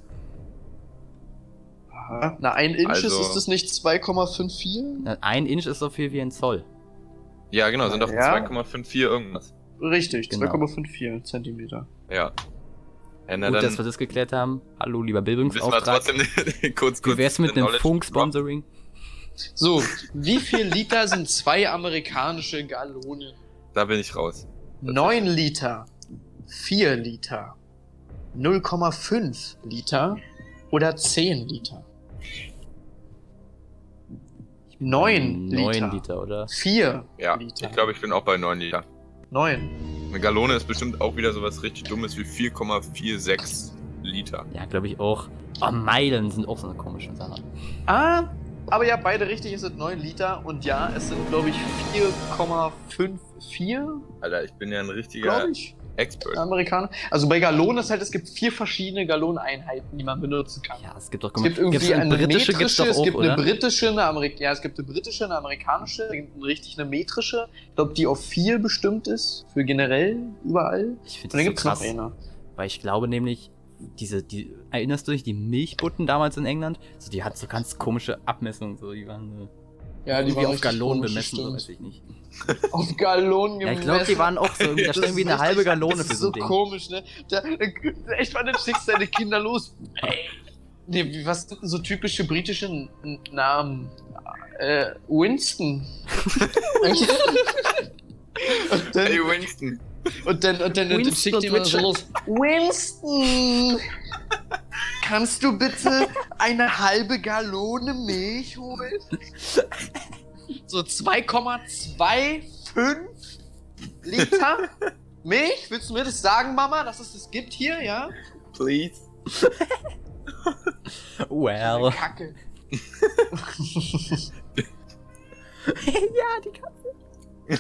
A: Aha. Na, ein Inches
B: Also-
A: ist das nicht 2,54?
C: Na, Ein Inch ist so viel wie ein Zoll.
B: ja, genau, sind doch
A: Ja.
B: 2,54 irgendwas.
A: Richtig,
C: Genau.
A: 2,54 Zentimeter.
B: Ja. ja na,
C: Gut,
B: dann
C: dass wir das geklärt haben. Hallo, lieber
B: wissen wir
C: Bildungsauftrag.
B: trotzdem (laughs) kurz, kurz.
C: Wie wär's mit
B: den
C: einem
B: Knowledge drop.
C: Funk-Sponsoring?
A: So, wie viel Liter sind zwei amerikanische Gallonen?
B: Da bin ich raus.
A: 9 Liter, 4 Liter, 0,5 Liter oder 10 Liter? 9
C: 9
A: Liter,
C: Liter, oder?
A: 4
B: Ja,
A: Liter,
B: ich glaube, ich bin auch bei 9 Liter.
A: 9.
B: Eine Gallone ist bestimmt auch wieder sowas richtig Dummes wie 4,46 Liter.
C: Ja, glaube ich auch. Oh, Meilen sind auch so eine komische Sache.
A: Ah, aber ja, beide richtig, es sind 9 Liter und ja, es sind, glaube ich, 4,54,
B: Alter, ich bin ja ein richtiger
A: glaube ich,
B: Expert.
A: Amerikaner. Also bei Gallonen ist halt, es gibt vier verschiedene Galloneinheiten, die man benutzen kann.
C: Ja, es gibt doch
A: Es gibt irgendwie
C: gibt's
A: eine
C: britische gibt's
A: metrische,
C: doch
A: es
C: auch,
A: gibt
C: oder?
A: eine britische, eine Amerik ja, es gibt eine britische, eine amerikanische, es gibt eine richtig eine metrische. Ich glaube, die auf vier bestimmt ist, für generell überall. Und
C: ich finde
A: dann
C: das so
A: gibt es noch
C: krass,
A: eine.
C: weil ich glaube nämlich, diese, die, erinnerst du dich, die Milchbutten damals in England? So, die hatten so ganz komische Abmessungen, so, die waren, äh,
A: Ja,
C: irgendwie
A: waren
C: auf
A: richtig
C: Gallonen
A: komisch,
C: bemessen, so
A: stimmt.
C: weiß ich nicht.
A: (laughs) Auf Gallonen
C: Ja,
A: gemessen.
C: ich glaube, die waren auch
A: (laughs)
C: so, irgendwie, da
A: Das
C: stand
A: ist
C: wie eine
A: richtig-
C: halbe Gallone
A: das
C: für
A: ist
C: so
A: so
C: ein Ding.
A: komisch, ne? Da, (laughs) da, echt, wann schickst du deine Kinder los? Ey. Nee, wie- was sind denn so typische britische N- Namen? Äh,
C: (laughs)
A: Winston. (laughs) Und dann-
B: Hey Winston,
A: Und dann, und dann, und dann
C: Winston
A: schickt jemand so
C: Churchill.
A: los. (laughs) Winston! Kannst du bitte eine halbe Gallone Milch holen? so 2,25 Liter Milch. Willst du mir das sagen, Mama, dass es das gibt hier, ja?
B: Please.
C: (laughs)
A: (laughs)
C: Well.
A: Kacke.
C: ja, die kann.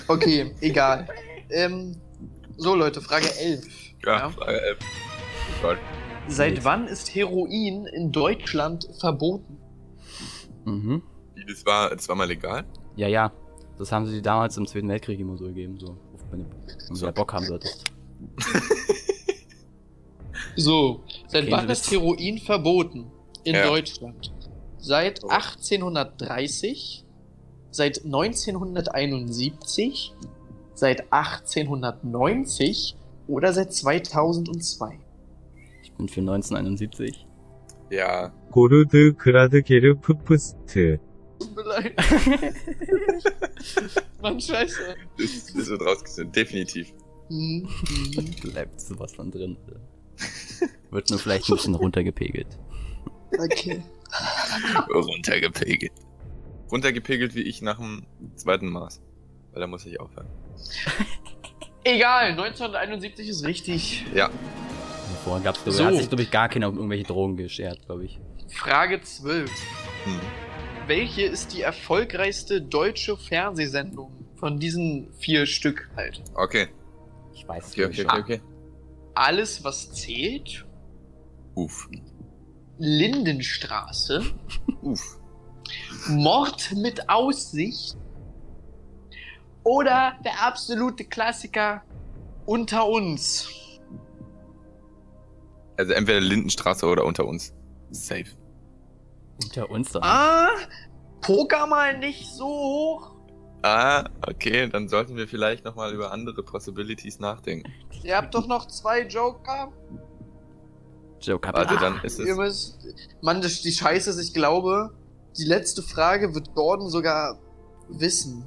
A: Okay, egal. Ähm, so Leute, Frage 11.
B: Ja,
A: Ja.
B: Frage 11. Oh Gott.
A: Seit
C: Yes.
A: wann ist Heroin in Deutschland verboten?
C: Mhm.
B: Wie, Das war, das war mal legal?
C: Ja, ja. Das haben sie damals im Zweiten Weltkrieg immer so gegeben, so. Wenn du, wenn du da Bock haben solltest.
A: So, seit
C: Okay,
A: wann
C: du
A: ist
C: bist-
A: Heroin verboten in
B: Ja.
A: Deutschland? Seit
B: Oh.
A: 1830, seit 1971, seit 1890 oder seit 2002?
C: Ich bin für 1971.
B: Ja.
D: 고르드 그라드게르 푸프스트
A: Tut mir leid. Mann, scheiße.
B: Das, das wird rausgeschnitten. Definitiv.
A: Hm, hm.
C: (laughs) Bleibt sowas dann drin. Wird nur vielleicht ein bisschen runtergepegelt.
A: Okay.
B: Runtergepegelt. Runtergepegelt wie ich nach dem zweiten Maß. Weil da muss ich aufhören.
A: Egal, 1971 ist richtig.
C: Vorher gab's, glaub,
A: So.
C: so. hat sich, glaube ich, gar keiner um irgendwelche Drogen geschert, glaube ich.
A: Frage 12.
B: Hm.
A: Welche ist die erfolgreichste deutsche Fernsehsendung von diesen vier Stück halt?
B: Okay.
C: Ich weiß es
B: Okay,
C: glaub ich,
B: okay,
C: schon.
B: okay, okay.
A: Alles, was zählt?
B: Uff.
A: Lindenstraße?
B: Uff.
A: Mord mit Aussicht? Oder der absolute Klassiker unter uns?
B: Also entweder Lindenstraße oder unter uns. Safe.
C: Unter uns doch.
A: Ah, Poker mal nicht so hoch.
B: Ah, okay, dann sollten wir vielleicht nochmal über andere Possibilities nachdenken.
A: Ihr habt doch noch zwei Joker.
C: Joke hab
B: Also
C: ich.
B: dann ist
A: Ihr
B: es.
A: müsst, Mann, das, die Scheiße ist, ich glaube, die letzte Frage wird Gordon sogar wissen.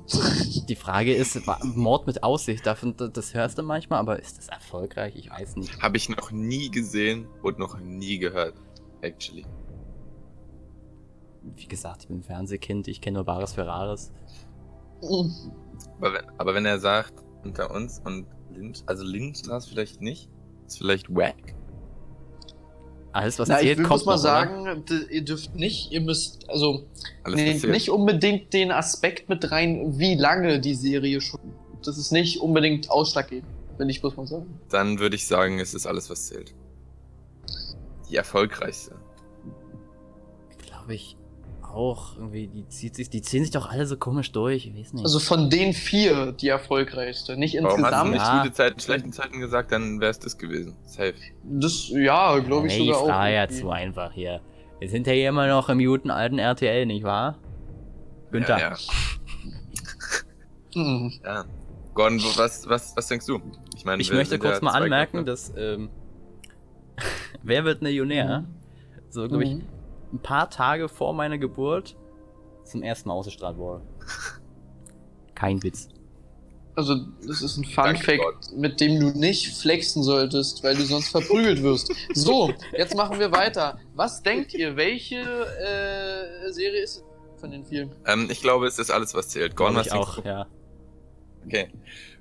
C: Die Frage ist, wa- Mord mit Aussicht, davon, das- das hörst du manchmal, aber ist das erfolgreich? Ich weiß nicht.
B: Habe ich noch nie gesehen und noch nie gehört. Actually.
C: Wie gesagt, ich bin Fernsehkind, ich kenne nur Bares für Rares.
B: Aber wenn, aber wenn er sagt, unter uns und Lind, also Lindenstraße vielleicht nicht, ist vielleicht wack.
C: Alles, was
A: Na, ich
C: zählt,
A: will- muss
C: kommt
A: mal
C: noch,
A: sagen, d- ihr dürft nicht, ihr müsst, also
B: Alles
A: nehmt
B: passiert.
A: nicht unbedingt den Aspekt mit rein, wie lange die Serie schon. Das ist nicht unbedingt ausschlaggebend, will ich bloß mal sagen.
B: Dann würde ich sagen, es ist alles, was zählt. Die erfolgreichste.
C: Glaube ich auch. Irgendwie, die, zieht sich, die ziehen sich doch alle so komisch durch, ich weiß nicht.
A: Also von den vier die erfolgreichste, nicht
B: Warum hast du
A: insgesamt.
B: nicht
C: Ja.
B: gute Zeiten, schlechten Zeiten gesagt, dann wäre es das gewesen. Safe.
A: Das, ja, glaube ich
C: Ey,
A: sogar
C: ich war
A: auch.
C: ja
A: irgendwie.
C: zu einfach hier. Wir sind ja hier immer noch im guten alten RTL, nicht wahr? Günther.
B: Ja, ja.
A: Mhm.
B: ja. Gordon, wo- was, was, was denkst du? meine,
C: Ich
B: wir
C: möchte
B: sind
C: kurz
B: ja
C: mal
B: zwei
C: anmerken,
B: Köpfe.
C: dass ähm, (laughs) Wer wird Millionär? So, glaube ich,
A: Mhm.
C: ein paar Tage vor meiner Geburt zum ersten Mal ausgestrahlt wurde. Kein Witz.
A: Also, das ist ein Fun
B: Danke,
A: Fact, mit dem du nicht flexen solltest, weil du sonst verprügelt wirst. So, jetzt machen wir weiter. Was denkt ihr, welche äh, Serie ist es von den vielen?
B: Ähm, ich glaube, es ist alles, was zählt. Gordon,
C: Glaub
B: was
C: ich
B: denkst
C: auch,
B: du?
C: ja.
B: Okay.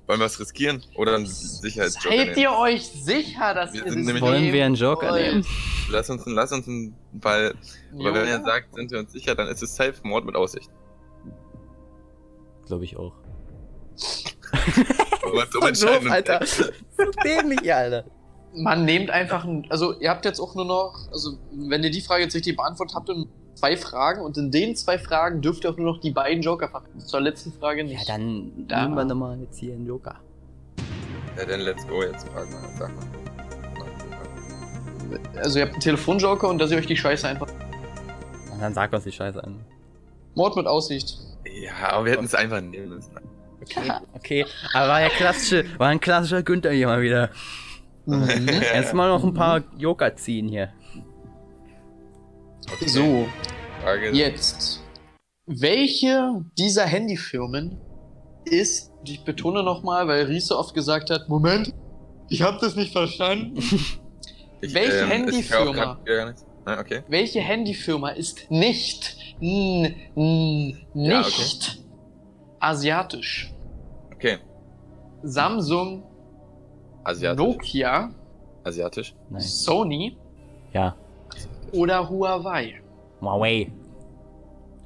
B: Wollen wir es riskieren? Oder einen Sicherheitsjoker
A: Seid
B: nehmen?
A: ihr euch sicher, dass
B: Wir
A: ihr
B: sind
A: das
B: nämlich-
C: Wollen
A: nehmen
C: wir einen Joker
A: wollt?
C: nehmen?
B: Lass uns, lass uns, einen- weil, weil wenn er sagt, sind wir uns sicher, dann ist es safe Mord mit Aussicht.
C: Glaube ich auch.
B: Wollen wir
C: (laughs)
B: uns
C: So
B: umentscheiden und-
C: Alter. So dämlich, (laughs) Alter.
A: Man nehmt einfach ein, also ihr habt jetzt auch nur noch, also wenn ihr die Frage jetzt richtig beantwortet habt, dann zwei Fragen und in den zwei Fragen dürft ihr auch nur noch die beiden Joker verwenden. Zur letzten Frage
C: Ja,
A: nicht.
C: dann
A: Da.
C: nehmen wir nochmal jetzt hier einen Joker.
B: Ja, dann let's go jetzt. Frag mal, sag mal.
A: also ihr habt einen Telefonjoker und dass ihr euch die Scheiße einfach.
C: Und dann sag uns die Scheiße an.
A: Mord mit
B: (laughs)
A: Aussicht.
B: Ja, aber wir hätten es einfach nehmen müssen.
C: Okay, okay. Aber war ja klassische, war ein klassischer Günther hier mal wieder.
A: Mhm.
B: (laughs)
C: Erstmal noch ein paar Joker ziehen hier.
B: Okay,
A: So,
B: Frage
A: jetzt. Welche dieser Handyfirmen ist, und ich betone nochmal, weil Riese oft gesagt hat, Moment, ich hab das nicht verstanden.
B: Ich,
A: Welche
B: ähm, ich höre auch
A: Handyfirma?
B: grad Gar nichts. Nein, okay.
A: Welche Handyfirma ist nicht, n, n,
B: Ja,
A: nicht asiatisch.
B: Okay.
A: Samsung,
B: Asiatisch.
A: Nokia,
B: Asiatisch.
C: Nein.
A: Sony
C: Ja.
A: oder Huawei.
C: Huawei.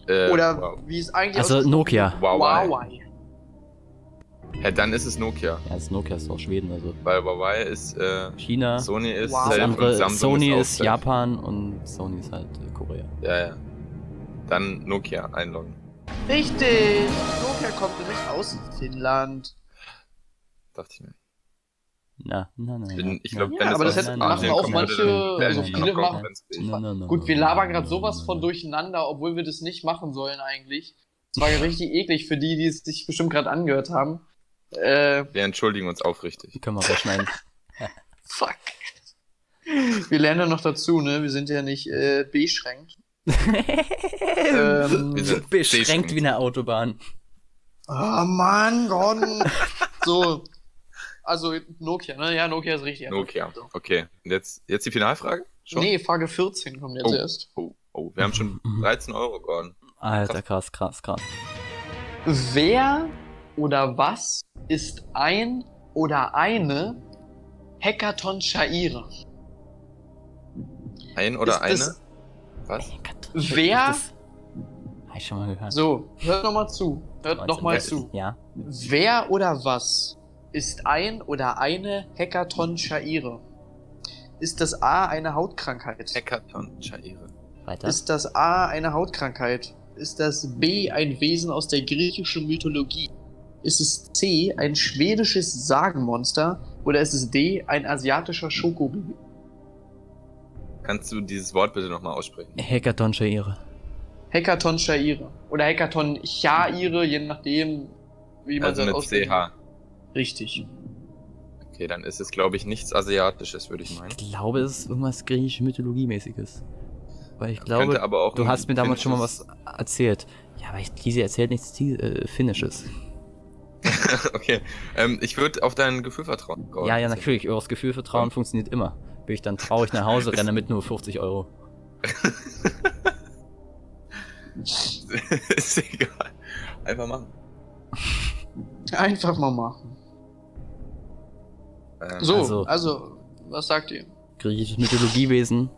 B: Äh,
A: Oder
B: Wow.
A: wie es eigentlich
C: Also
A: ausgesprochen
C: Nokia.
A: wird,
B: Huawei.
A: Huawei.
B: Ja, dann ist es Nokia.
C: Ja, ist Nokia, ist aus Schweden oder so.
B: Weil Huawei ist, äh,
C: China.
B: Sony ist
A: Wow.
C: das
B: safe
C: andere,
B: und Samsung
C: Sony
B: auch
C: ist,
B: safe.
C: Japan und Sony ist halt äh, Korea.
B: Ja, ja. Dann Nokia einloggen.
A: Richtig! Nokia kommt nämlich aus Finnland.
B: Dachte ich mir.
C: Na, na, na. na,
B: Bin- Ich glaube,
A: Ja,
B: wenn
A: aber
B: das
A: das
B: aus
A: hätten-
B: Asien
A: machen auch
B: kommen
A: manche-
B: würde, dann
A: also
B: wäre ich
A: viele
B: noch
A: machen-
B: konkurrenzfähig.
C: na, na, na,
A: Gut, wir
C: na,
A: labern
C: na,
A: gerade
C: na,
A: sowas
C: na,
A: von
C: na.
A: durcheinander, obwohl wir das nicht machen sollen eigentlich. Das war ja richtig eklig für die, die es sich bestimmt gerade angehört haben. Äh,
B: Wir entschuldigen uns aufrichtig.
C: Können wir
A: (laughs)
C: rausschneiden.
A: fuck. Wir lernen ja noch dazu, ne? Wir sind ja nicht äh, beschränkt. Ähm,
B: Wir sind
C: Äh, Beschränkt wie eine Autobahn.
A: Ah, Mann, Gordon. so. Also Nokia, ne? Ja, Nokia ist richtig.
B: Nokia.
A: So.
B: Okay. Und jetzt, jetzt die Finalfrage? Schon?
A: Nee, Frage 14 kommt jetzt
B: Oh.
A: erst.
B: Oh, oh, wir haben
C: (laughs)
B: schon 13 Euro geworden.
C: Alter, krass, krass, krass.
A: Wer oder was ist ein oder eine Hackathon-Shaire?
B: Ein oder eine?
A: ist das-
B: Was?
A: Wer?
C: Das hab ich schon mal gehört.
A: So, hört nochmal zu. Hört
C: 19.
A: nochmal
B: Ja.
A: zu.
C: Ja.
A: Wer oder was ist ein oder eine Hackathon-Shaire? Ist das A eine Hautkrankheit?
B: Hackathon, Chaire.
C: Weiter.
A: Ist das A eine Hautkrankheit? Ist das B ein Wesen aus der griechischen Mythologie? Ist es C ein schwedisches Sagenmonster? Oder ist es D ein asiatischer Schokobibi?
B: Kannst du dieses Wort bitte nochmal aussprechen?
C: Hackathon Shaire.
A: Hackathon Shaire. Oder Hackathon Chaire, je nachdem, wie man
B: Also
A: das
B: mit
A: ausspricht.
B: CH.
A: Richtig.
B: Okay, dann ist es, glaube ich, nichts Asiatisches, würde ich meinen.
C: Ich glaube, es ist irgendwas griechisch mythologiemäßiges. Weil ich
B: Könnte
C: glaube,
B: aber auch
C: du
B: ein
C: hast mir damals schon mal was
B: finnisches-
C: erzählt. Ja, aber ich, diese erzählt nichts Ti- äh, Finnisches.
B: (laughs) okay, ähm, ich würde auf dein Gefühl vertrauen. Gordon.
C: ja, ja, natürlich. Eures Gefühl vertrauen funktioniert immer. Bin ich dann traurig nach Hause, renne mit nur 50 Euro.
B: (laughs) ist egal. Einfach machen.
A: Einfach mal machen.
B: Ähm,
A: So,
C: Also-
A: also, was sagt ihr?
C: Griechisches Mythologiewesen.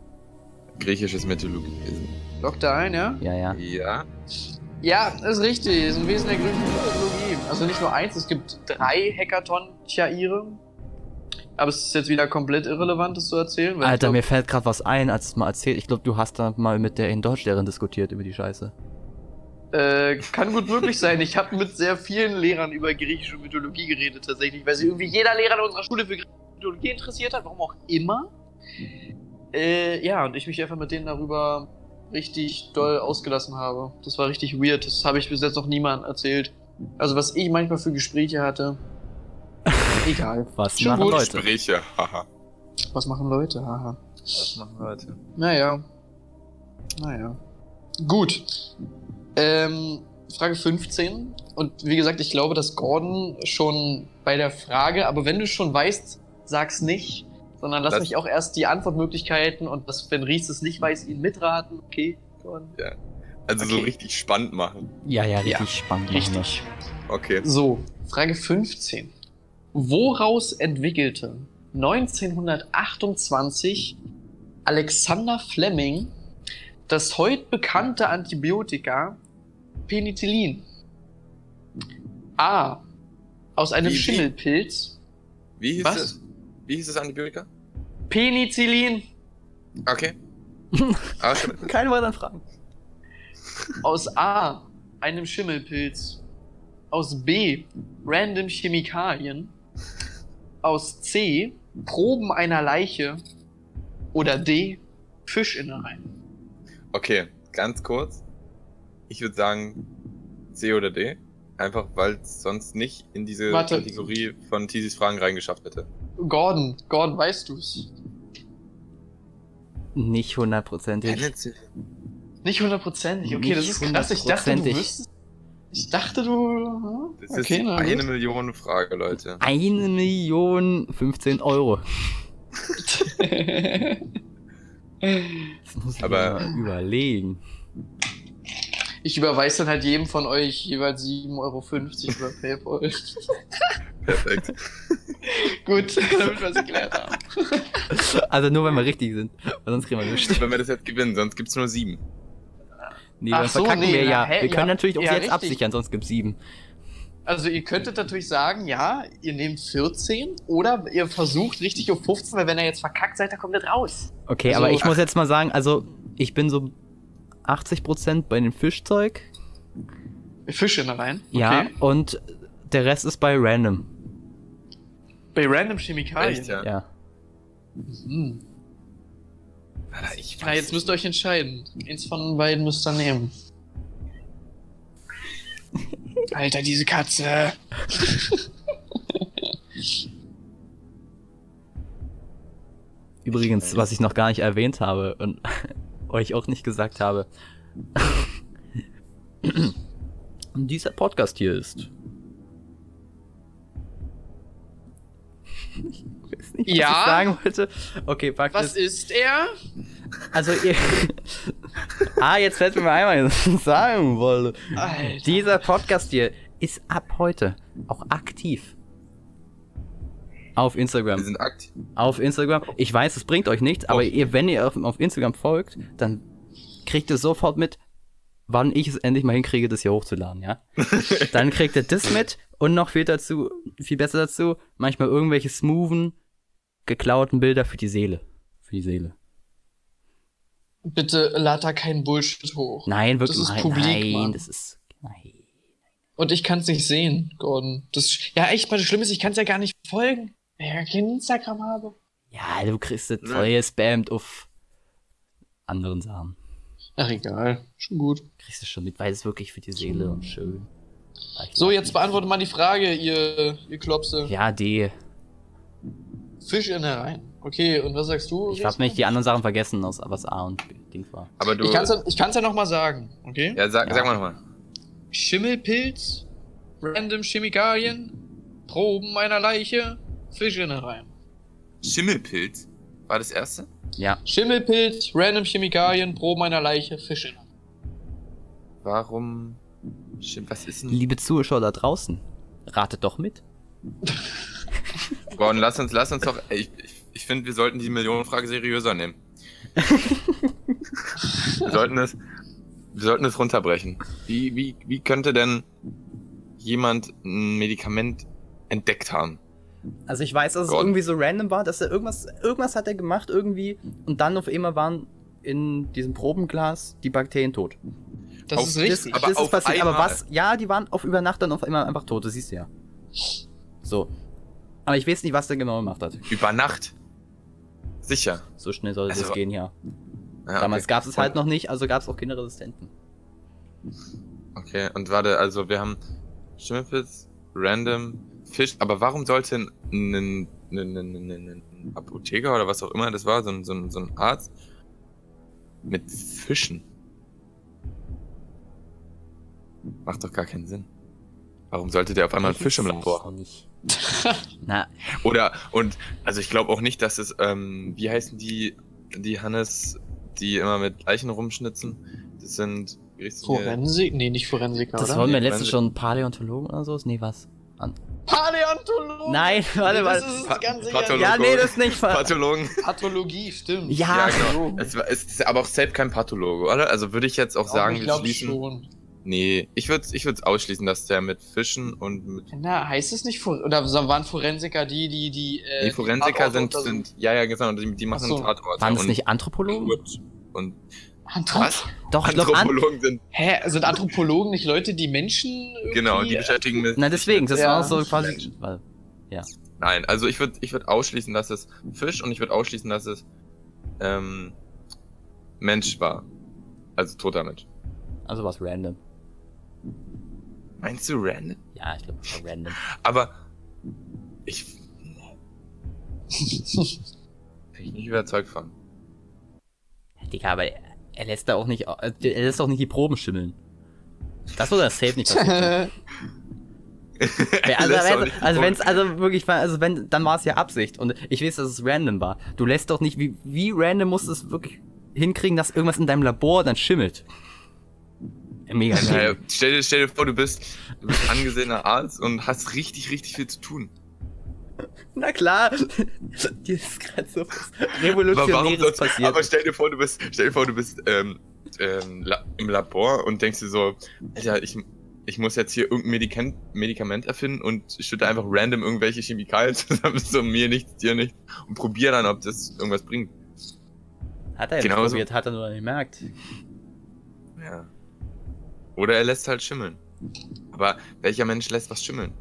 B: Griechisches Mythologiewesen.
A: Lockt da ein, ja?
C: Ja, ja.
B: Ja.
A: Ja, ist richtig. Ist ein Wesen der griechischen Mythologie. Also nicht nur eins, es gibt drei Hackathon-Chaire. Aber es ist jetzt wieder komplett irrelevant, das zu erzählen. weil ich
C: Alter,
A: glaub,
C: mir fällt gerade was ein, als du es mal erzählt. Ich glaube, du hast da mal mit der in Deutschlehrerin diskutiert über die Scheiße.
A: Äh, kann gut möglich sein. Ich habe mit sehr vielen Lehrern über griechische Mythologie geredet, tatsächlich, weil sich irgendwie jeder Lehrer in unserer Schule für griechische Mythologie interessiert hat, warum auch immer. Äh, ja, und ich mich einfach mit denen darüber richtig doll ausgelassen habe. Das war richtig weird. Das habe ich bis jetzt noch niemandem erzählt. Also, was ich manchmal für Gespräche hatte. Egal.
C: Was
A: Schon
C: machen
A: gut.
C: Leute?
B: Gespräche, haha.
A: Was machen Leute? Haha.
B: Was machen Leute?
A: Naja. Naja. Gut. Ähm, Frage 15. Und wie gesagt, ich glaube, dass Gordon schon bei der Frage, aber wenn du schon weißt, sag's nicht, sondern lass
B: Lass-
A: mich auch erst die Antwortmöglichkeiten und was, wenn Ries es nicht weiß, ihn mitraten. Okay, Gordon.
B: Also so
A: Okay.
B: richtig spannend machen.
C: Ja, ja, richtig
A: Ja,
C: spannend. machen wir.
A: Richtig.
B: Okay.
A: So, Frage 15. Woraus entwickelte 1928 Alexander Fleming das heute bekannte Antibiotika Penicillin? A. Aus einem
B: Wie- wie?
A: Schimmelpilz.
B: Wie hieß
A: Was?
B: es? Wie hieß es Antibiotika?
A: Penicillin (laughs)
B: Okay. Aber schon.
C: Keine weiteren Fragen.
A: aus A. Einem Schimmelpilz. Aus B. Random Chemikalien. Aus C. Proben einer Leiche. Oder D. Fischinnereien.
B: Okay, ganz kurz. Ich würde sagen C oder D. Einfach weil es sonst nicht in diese
A: Warte.
B: Kategorie von Tisis Fragen reingeschafft hätte.
A: Gordon, Gordon, weißt du's?
C: Nicht hundertprozentig.
A: Nicht hundertprozentig, okay,
C: Nicht
A: das ist krass. Ich dachte, du
C: hundertprozentig.
A: wüsstest. Ich dachte, du.
B: Das ist
A: Okay, na
B: eine
A: gut. (laughs)
B: Million Frage, Leute.
C: Eine Million 15 Euro.
A: ich
C: Das muss ich
B: Aber-
C: mir mal überlegen.
A: Ich überweise dann halt jedem von euch jeweils 7,50 Euro über PayPal.
B: Perfekt.
A: (laughs) Gut, (laughs) damit wir es geklärt haben.
C: Also nur wenn wir richtig sind, weil sonst kriegen wir nichts.
B: Wenn wir das jetzt gewinnen, sonst gibt's nur sieben.
C: Nee,
A: Ach
C: dann
A: so,
C: verkacken
A: nee,
C: wir
A: na,
C: ja.
A: hä,
C: wir können
A: ja,
C: natürlich auch
A: ja,
C: jetzt
A: richtig.
C: absichern, sonst gibt's sieben.
A: Also ihr könntet natürlich sagen, ja, ihr nehmt 14 oder ihr versucht richtig auf 15, weil wenn ihr jetzt verkackt seid, dann kommt ihr raus.
C: Okay,
A: Also-
C: aber ich muss jetzt mal sagen, also ich bin so 80% bei dem Fischzeug.
A: Fische da rein.
C: Ja,
A: Okay.
C: und der Rest ist bei random.
A: Bei random Chemikalien.
B: Echt, ja.
C: Ja.
A: Hm.
B: Alter, ich
A: Na, jetzt
B: weiß.
A: müsst ihr euch entscheiden. Eins von beiden müsst ihr nehmen. Alter, diese Katze.
C: Übrigens, was ich noch gar nicht erwähnt habe und (laughs) euch auch nicht gesagt habe. (clears throat) Dieser Podcast hier ist. Ich weiß nicht, was
A: Ja?
C: ich sagen wollte. Okay, Fakt
A: Was ist
C: ist,
A: er?
C: also ihr. (laughs) ah, jetzt fällt mir mal einmal, was ich sagen wollte.
A: Alter.
C: Dieser Podcast hier ist ab heute auch aktiv. Auf Instagram.
B: Wir sind aktiv.
C: auf Instagram. Ich weiß, es bringt euch nichts, aber ihr, wenn ihr auf, auf Instagram folgt, dann kriegt ihr sofort mit, wann ich es endlich mal hinkriege, das hier
A: (laughs)
C: hochzuladen, ja? dann kriegt ihr das mit und noch viel dazu, viel besser dazu, manchmal irgendwelche smoothen, geklauten Bilder für die Seele. Für die Seele.
A: Bitte lad da keinen Bullshit hoch.
C: Nein, wirklich.
A: Das ist
C: nein,
A: publik,
C: nein,
A: Mann.
C: das ist. Nein.
A: Und ich kann's nicht sehen, Gordon. Das, ja, echt, weil das Schlimme ist, ich kann's ja gar nicht folgen. Weil ich ja kein Instagram habe.
C: Ja, du kriegst das
B: Nö.
C: voll spammt auf anderen Sachen.
A: Ach, egal. Schon gut.
C: Kriegst du schon mit, weil es wirklich für die Seele und schön.
A: So, jetzt beantwortet mal die Frage, ihr, ihr Klopse.
C: Ja, die.
A: Fisch in der Rhein. Okay, und was sagst du?
C: Ich habe nicht die anderen Sachen vergessen, aus was A und B Ding war.
B: Aber du.
A: Ich kann's, ja- ich kann's ja nochmal sagen, okay?
B: ja, sag,
C: Ja.
B: sag mal nochmal.
A: Schimmelpilz, random Chemikalien, Proben einer Leiche, Fische in der Rhein.
B: Schimmelpilz war das erste?
C: Ja,
A: Schimmelpilz, random Chemikalien, Proben einer Leiche, Fische in der Rhein.
B: Warum. Schim- Was ist denn.
C: liebe Zuschauer da draußen, ratet doch mit.
B: Gordon, lass uns, lass uns doch. ey, Ich, ich, ich finde, wir sollten die Millionenfrage seriöser nehmen. wir sollten das. Wir sollten das runterbrechen. Wie, wie, wie könnte denn jemand ein Medikament entdeckt haben?
C: Also ich weiß, dass es
B: Gott.
C: irgendwie so random war, dass er irgendwas, irgendwas hat er gemacht irgendwie und dann auf einmal waren in diesem Probenglas die Bakterien tot.
A: Das
B: Auf-
A: ist richtig.
B: aber- auf
C: Aber
B: einmal.
C: was? Ja, die waren auf über Nacht dann auf einmal einfach tot, das siehst du ja. So. Aber ich weiß nicht, was der genau gemacht hat.
B: Über Nacht. Sicher.
C: So schnell sollte
B: Also-
C: das gehen, ja.
B: Ja,
C: Damals
B: okay.
C: gab es es halt noch nicht, also gab es auch keine Resistenten.
B: Okay, und warte, also wir haben Schimmelpilz, Random, Fisch, aber warum sollte ein, ein, ein, ein, ein, ein, ein Apotheker oder was auch immer das war, so ein, so ein, so ein Arzt mit Fischen? Macht doch gar keinen Sinn. Warum sollte der auf einmal einen Fisch im Labor haben?
C: (laughs) Na,
B: Oder, und, also ich glaube auch nicht, dass es, ähm, wie heißen die, die Hannes, die immer mit Leichen rumschnitzen? Das sind Gerichtsdiener.
A: Forensik? Nee, nicht Forensiker,
C: das
A: oder?
C: wollen wir
B: Nee,
C: letztens
B: Forensik-
C: schon Paläontologen oder so? Nee, was? An
A: Paläontologen!
C: Nein, (laughs) warte,
A: das
C: warte.
A: ist
B: Pa-
A: ganz sicher.
B: Patholo-
C: Ja, nee, das ist nicht wahr.
B: Pathologen.
A: Pathologie, stimmt.
C: Ja,
B: Ja,
A: so.
B: genau. Es, war- es ist aber auch selbst kein Pathologe, oder? Also würde ich jetzt auch sagen,
A: ich
B: wir
A: glaube
B: schließen.
A: schon.
B: Nee, ich würde ich würd's ausschließen, dass der mit Fischen und mit.
A: Na, heißt es nicht, For oder waren Forensiker die, die, die, äh,
B: die Forensiker
A: Tatorte
B: sind,
A: untersuchen?
B: sind. Ja, ja, genau. Die, die machen
A: Ach so.
B: Tatorte.
C: Waren es
B: und-
C: nicht Anthropologen?
B: Und
A: Anthrop
B: was?
C: Doch, ich glaube an
B: Anthropologen sind.
A: Hä, sind Anthropologen nicht Leute, die Menschen irgendwie...
B: Genau, die beschäftigen mit.
C: Na, deswegen, das
A: Ja.
C: war so quasi. weil-
B: Nein, also ich würde ich würd ausschließen, dass es Fisch und ich würde ausschließen, dass es ähm, Mensch war. Also toter Mensch.
C: Also was random.
B: Meinst du random?
C: Ja, ich glaube, es war random.
B: Aber ich bin ich nicht überzeugt von.
C: Digga, aber er lässt da auch nicht, au- äh, er lässt auch nicht die Proben schimmeln. Das würde das safe nicht
A: (laughs)
C: passieren. (laughs) Wer- also,
B: Lässt auch
C: also,
B: nicht die
C: also
B: Probe
C: wenn's, also wirklich war, also wenn, dann war es ja Absicht und ich weiß, dass es random war. Du lässt doch nicht, wie, wie random musst du es wirklich hinkriegen, dass irgendwas in deinem Labor dann schimmelt? Mega
B: Naja,
C: schwierig.
B: stell, dir, stell dir vor, du bist, du bist angesehener Arzt und hast richtig, richtig viel zu tun.
C: Na klar. (laughs) Dir ist gerade so was
B: Aber warum
C: Revolutionäres
B: sonst,
C: passiert.
B: Aber stell dir vor, du bist, stell dir vor, du bist ähm, ähm, la im Labor und denkst dir so, Alter, ich, ich muss jetzt hier irgendein Medikament, Medikament erfinden und schütte einfach random irgendwelche Chemikalien (laughs) zusammen, so mir nichts, dir nichts und probier dann, ob das irgendwas bringt.
C: hat er ja nicht
B: Genauso.
C: probiert, hat er nur gemerkt.
B: Ja. Oder er lässt halt schimmeln. Aber welcher Mensch lässt was schimmeln?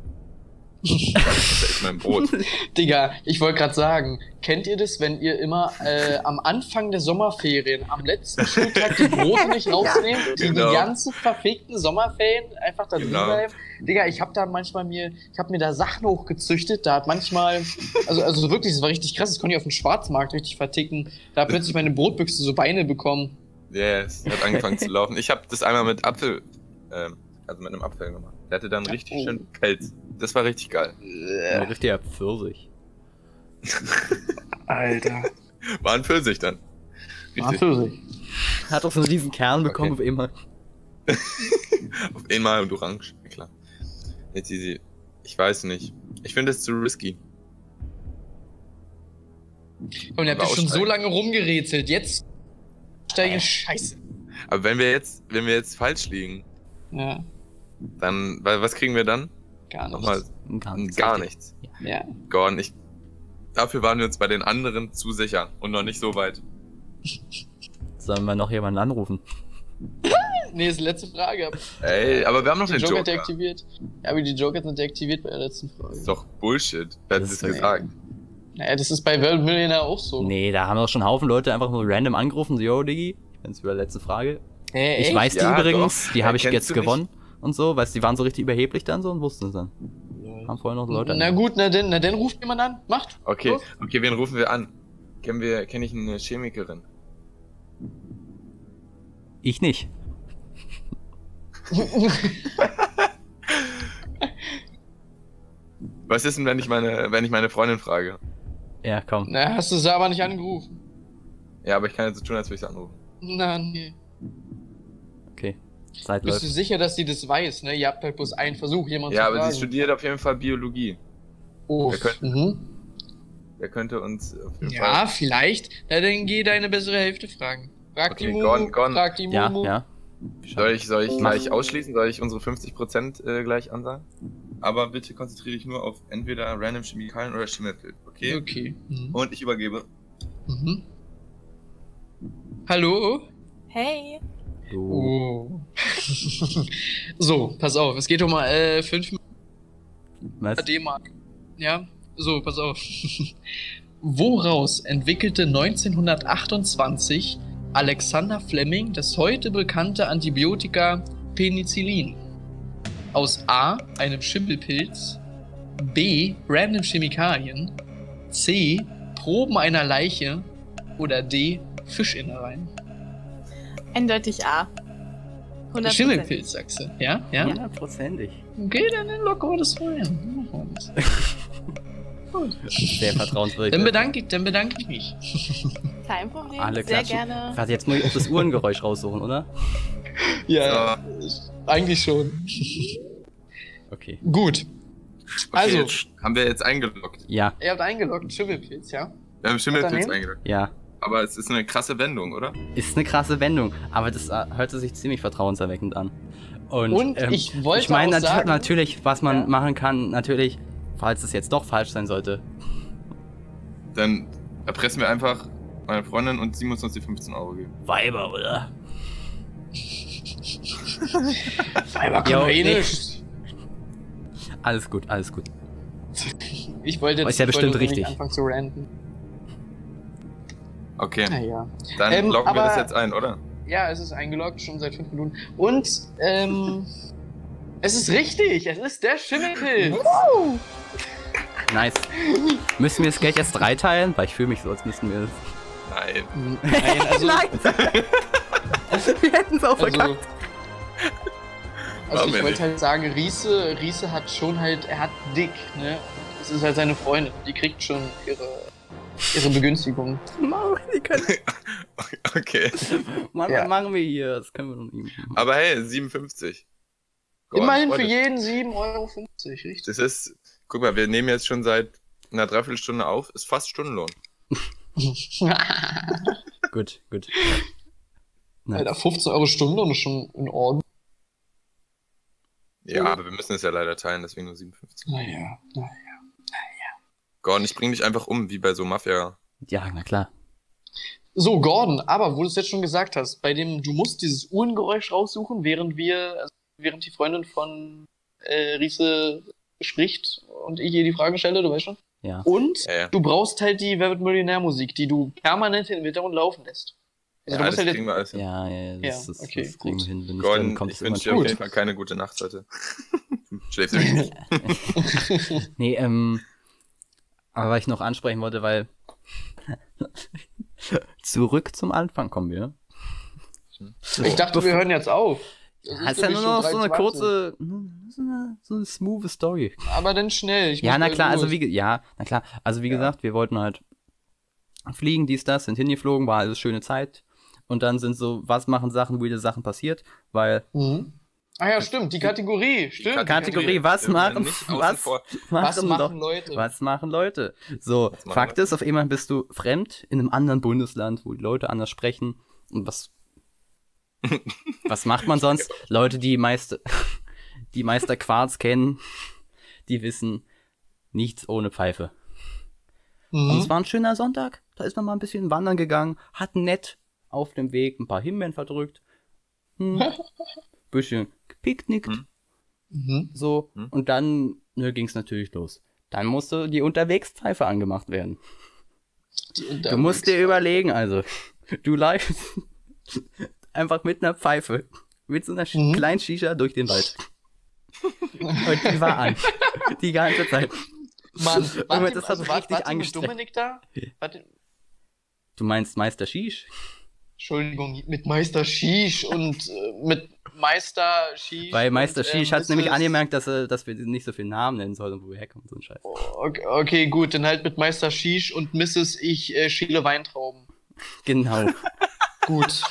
B: das ist echt mein Brot.
A: Digga, ich wollte gerade sagen, kennt ihr das, wenn ihr immer äh, am Anfang der Sommerferien, am letzten Schultag die Brote nicht rausnehmt, die
B: Genau.
A: die ganzen verfegten Sommerferien einfach da drin
B: Genau.
A: bleiben? Digga, ich habe da manchmal mir, ich habe mir da Sachen hochgezüchtet, da hat manchmal, also, also wirklich, das war richtig krass, das konnte ich auf dem Schwarzmarkt richtig verticken, da hat plötzlich meine Brotbüchse so Beine bekommen.
B: Yes, hat angefangen zu laufen. Ich habe das einmal mit Apfel, ähm, also mit einem Apfel gemacht. Der hatte dann richtig
A: Oh.
B: schön Pelz. Das war richtig geil.
C: Ein richtiger Pfirsich.
A: Alter.
B: War ein Pfirsich dann. Richtig.
A: Natürlich.
C: Hat doch so einen riesen Kern bekommen
B: Okay.
C: auf einmal.
B: Auf einmal und orange, klar. Jetzt easy. Ich weiß nicht. Ich finde das zu risky.
A: Und ihr habt
B: Aber
A: ja schon so
B: aussteigen.
A: lange rumgerätselt, jetzt steige Scheiße.
B: Aber wenn wir jetzt, wenn wir jetzt falsch liegen,
A: Ja,
B: dann, weil was kriegen wir dann?
A: gar nicht.
B: Nochmal
C: Gar nichts.
B: gar
C: richtig.
B: nichts.
A: Ja.
B: Gordon, ich, dafür waren wir uns bei den anderen zu sicher und noch nicht so weit.
C: Sollen wir noch jemanden anrufen?
A: Nee, ist die letzte Frage. Hab
B: Ey, aber wir haben noch
A: die
B: den
A: Joker,
B: Joker.
A: deaktiviert. Ja, aber die Joker sind deaktiviert bei der letzten Frage.
B: Das ist doch Bullshit. Wer hat
C: Das
B: das
C: ist so-
B: gesagt?
A: Naja, das ist bei World Millionaire auch so.
C: Nee, da haben doch schon Haufen Leute einfach nur random angerufen. So, yo, Diggi, wenn's über letzte Frage.
A: Hä,
C: Ich
A: echt?
C: weiß die
B: Ja,
C: übrigens,
B: doch.
C: die habe ich
B: Erkennst
C: jetzt
B: du nicht?
C: gewonnen und so, weißt die waren so richtig überheblich dann so und wussten es dann. Haben vorher noch Leute.
A: Na
C: angerufen.
A: gut, na denn, na denn ruft jemand an. Macht.
B: Okay,
A: Los.
B: okay, wen rufen wir an? Kennen wir, kenne ich eine Chemikerin?
C: Ich nicht.
B: Was ist denn, wenn ich meine, wenn ich meine Freundin frage?
C: Ja, komm.
A: Na, hast du sie aber nicht angerufen.
B: Ja, aber ich kann jetzt so tun, als würde ich sie anrufen.
A: Na, nee.
C: Okay. Zeit
A: Bist du
C: läuft.
A: sicher, dass sie das weiß, ne? Ihr habt halt bloß einen Versuch, jemanden
B: Ja,
A: zu
B: aber
A: fragen.
B: sie studiert auf jeden Fall Biologie.
A: Oh,
B: Wir können-
A: mhm.
B: Wer könnte uns äh, auf jeden
A: Ja,
B: Fall.
A: vielleicht. Na, dann geh deine bessere Hälfte fragen. Frag
B: Okay,
A: die Mumu,
B: Gordon, Gordon.
A: frag die
C: Ja,
A: Mumu.
C: ja.
B: Soll ich, soll ich
C: Mach.
B: gleich ausschließen? Soll ich unsere 50% äh, gleich ansagen? Aber bitte konzentriere dich nur auf entweder random Chemikalien oder Schimmelpilz, okay?
A: Okay. Mhm.
B: Und ich übergebe.
A: Mhm. Hallo?
E: Hey.
C: Du.
A: Oh. (laughs) so, pass auf, es geht um äh, 5
C: Was?
A: D-Mark. Ja, so, pass auf. (laughs) Woraus entwickelte 1928 Alexander Fleming das heute bekannte Antibiotika Penicillin? Aus A, einem Schimmelpilz, B, random Chemikalien, C, Proben einer Leiche oder D, Fischinnereien.
E: Eindeutig A. 100%.
A: Schimmelpilz, sagst du, ja? Ja?
C: Hundertprozentig.
A: Okay, dann locken wir das rein. Machen wir das.
C: Sehr vertrauenswürdig. (laughs)
A: Dann bedanke, ich- dann bedanke ich mich.
E: Kein Problem.
C: Alle
E: Sehr
C: klatschen.
E: gerne.
C: Warte, jetzt muss ich auch das Uhrengeräusch raussuchen, oder?
B: Ja,
A: eigentlich schon.
C: Okay.
A: Gut,
B: Okay,
A: Also.
B: jetzt haben wir jetzt eingeloggt.
C: Ja,
A: ihr habt eingeloggt, Schimmelpilz, ja?
B: Wir haben Schimmelpilz
A: Unternehmen?
B: eingeloggt.
C: ja.
B: Aber es ist eine krasse Wendung, oder?
C: Ist eine krasse Wendung, aber das äh, hörte sich ziemlich vertrauenserweckend an. Und,
A: Und
C: ähm,
A: ich wollte
C: Ich meine
A: auch
C: nat
A: sagen,
C: natürlich, was man
A: Ja.
C: machen kann, natürlich, falls es jetzt doch falsch sein sollte.
B: Dann erpressen wir einfach meine Freundin und sie muss uns die 15 Euro geben.
C: Weiber, oder?
A: Weiber
C: Jo,
A: können wir eh
C: nee.
A: nicht.
C: Alles gut, alles gut.
A: (laughs) Ich wollte
C: Aber ist ja
A: ich wollte
C: bestimmt
A: nur nicht
C: richtig.
A: anfangen zu ranten.
B: Okay,
A: Naja.
B: dann
A: Ähm,
B: loggen wir
A: aber-
B: das jetzt ein, oder?
A: Ja, es ist eingeloggt, schon seit fünf Minuten. Und,
C: (laughs)
A: ähm. es ist richtig, es ist der
C: (laughs)
A: Schimmelpilz.
C: Oh Nice. Müssen wir das Geld jetzt dreiteilen? Weil ich fühle mich so, als müssten wir es.
B: Nein. (laughs)
A: Nein, also,
C: wir hätten es auch
A: also,
B: War
A: also
B: mir
A: ich
B: nicht.
A: wollte halt sagen, Riese, Riese hat schon halt, er hat dick, ne? Es ist halt seine Freundin, die kriegt schon ihre, ihre Begünstigung.
C: Maul, die können.
B: Okay.
C: Mann,
A: Ja.
C: was machen wir hier? Das können wir noch nicht machen.
B: Aber hey, 57. Gott,
A: Immerhin für
B: Freunde.
A: jeden 7,50 Euro, richtig.
C: (laughs)
B: Das ist, guck mal, wir nehmen jetzt schon seit einer Dreiviertelstunde auf, ist fast Stundenlohn.
C: Gut, gut. Nice.
A: Alter, 15 Euro Stunde und ist schon in Ordnung. Oh.
B: Ja, aber wir müssen es ja leider teilen, deswegen nur 57.
A: Naja, naja.
B: Gordon, ich bring dich einfach um, wie bei so Mafia.
C: Ja, na klar.
A: So, Gordon, aber wo du es jetzt schon gesagt hast, bei dem du musst dieses Uhrengeräusch raussuchen, während wir, also während die Freundin von äh, Riese spricht und ich ihr die Frage stelle, du weißt schon.
C: Ja.
A: Und
B: Ja, ja.
A: du brauchst halt die Wer wird Millionär Musik, die du permanent im Hintergrund laufen lässt. Also
B: ja,
A: du
B: das
A: musst halt
B: kriegen
A: jetzt,
B: wir alles hin.
C: Ja, ja, ja, das,
A: Ja,
C: das,
A: okay,
C: das kriegen wir
A: gut.
C: hin. Wenn nicht, dann
B: Gordon,
C: kommt
B: ich
C: es immer
B: wünsche dir auf
A: Gut.
B: jeden Fall keine gute Nacht (laughs) heute. Schläfst du nicht?
C: Nee, ähm. (laughs) Aber was ich noch ansprechen wollte, weil. (laughs) Zurück zum Anfang kommen wir.
A: ich dachte, wir hören jetzt auf. Das
C: Das ist ja
A: nämlich
C: nur noch
A: schon
C: so eine
A: 3,20.
C: kurze, hm, so eine, so eine smooth Story.
A: Aber dann schnell. Ich
C: Ja,
A: muss
C: na
A: bald
C: klar, also
A: los.
C: wie, ge- ja, na klar, also wie gesagt, wir wollten halt fliegen, dies, das, sind hingeflogen, war alles schöne Zeit. Und dann sind so, was machen Sachen, weirde Sachen passiert, weil
A: Mhm. Ah ja, stimmt, die Kategorie,
B: Die
A: stimmt.
C: Kategorie, was
B: Wir bleiben
C: machen-
B: nicht außen
C: was?
B: vor.
A: Was
C: (laughs) machen
A: machen
C: doch,
A: Leute?
C: was machen Leute? So,
B: machen
C: Fakt
B: Leute?
C: ist, auf einmal bist du fremd in einem anderen Bundesland, wo die Leute anders sprechen. Und was, was macht man sonst? Leute, die Meister, (laughs) die Meister Quarz kennen, die wissen nichts ohne Pfeife. Und es
A: Mhm.
C: war ein schöner Sonntag. Da ist man mal ein bisschen wandern gegangen, hat nett auf dem Weg ein paar Himbeeren verdrückt,
A: (laughs)
C: hm, bisschen gepicknickt,
B: Hm.
A: Mhm.
C: so.
B: Hm.
C: Und dann ne, ging es natürlich los. Dann musste die Unterwegspfeife angemacht werden.
A: Die- äh,
C: du musst dir überlegen, also. Du läufst (laughs) einfach mit einer Pfeife, mit so einer Sch-
A: Mhm.
C: kleinen Shisha durch den Wald. Und die
A: (laughs)
C: war an. Die ganze Zeit.
A: Mann,
C: (laughs) Junge, das hat
A: also,
C: mich
A: wart- wart
C: richtig
A: ihr mit
C: angestrengt.
A: Dominik
C: (laughs)
A: da? Wart ihr-
C: Du meinst Meister Shish?
A: Entschuldigung, mit Meister Shish und äh, mit Meister Shish.
C: Bei Meister
A: und, äh,
C: Shish hat
A: Mrs.
C: es nämlich angemerkt, dass, er, dass wir nicht so viel Namen nennen sollen, wo wir herkommen, so ein Scheiß.
A: Oh, Okay, okay, gut, dann halt mit Meister Shish und Mrs. Ich äh, schiele Weintrauben. (laughs)
C: Genau. (laughs)
A: Gut.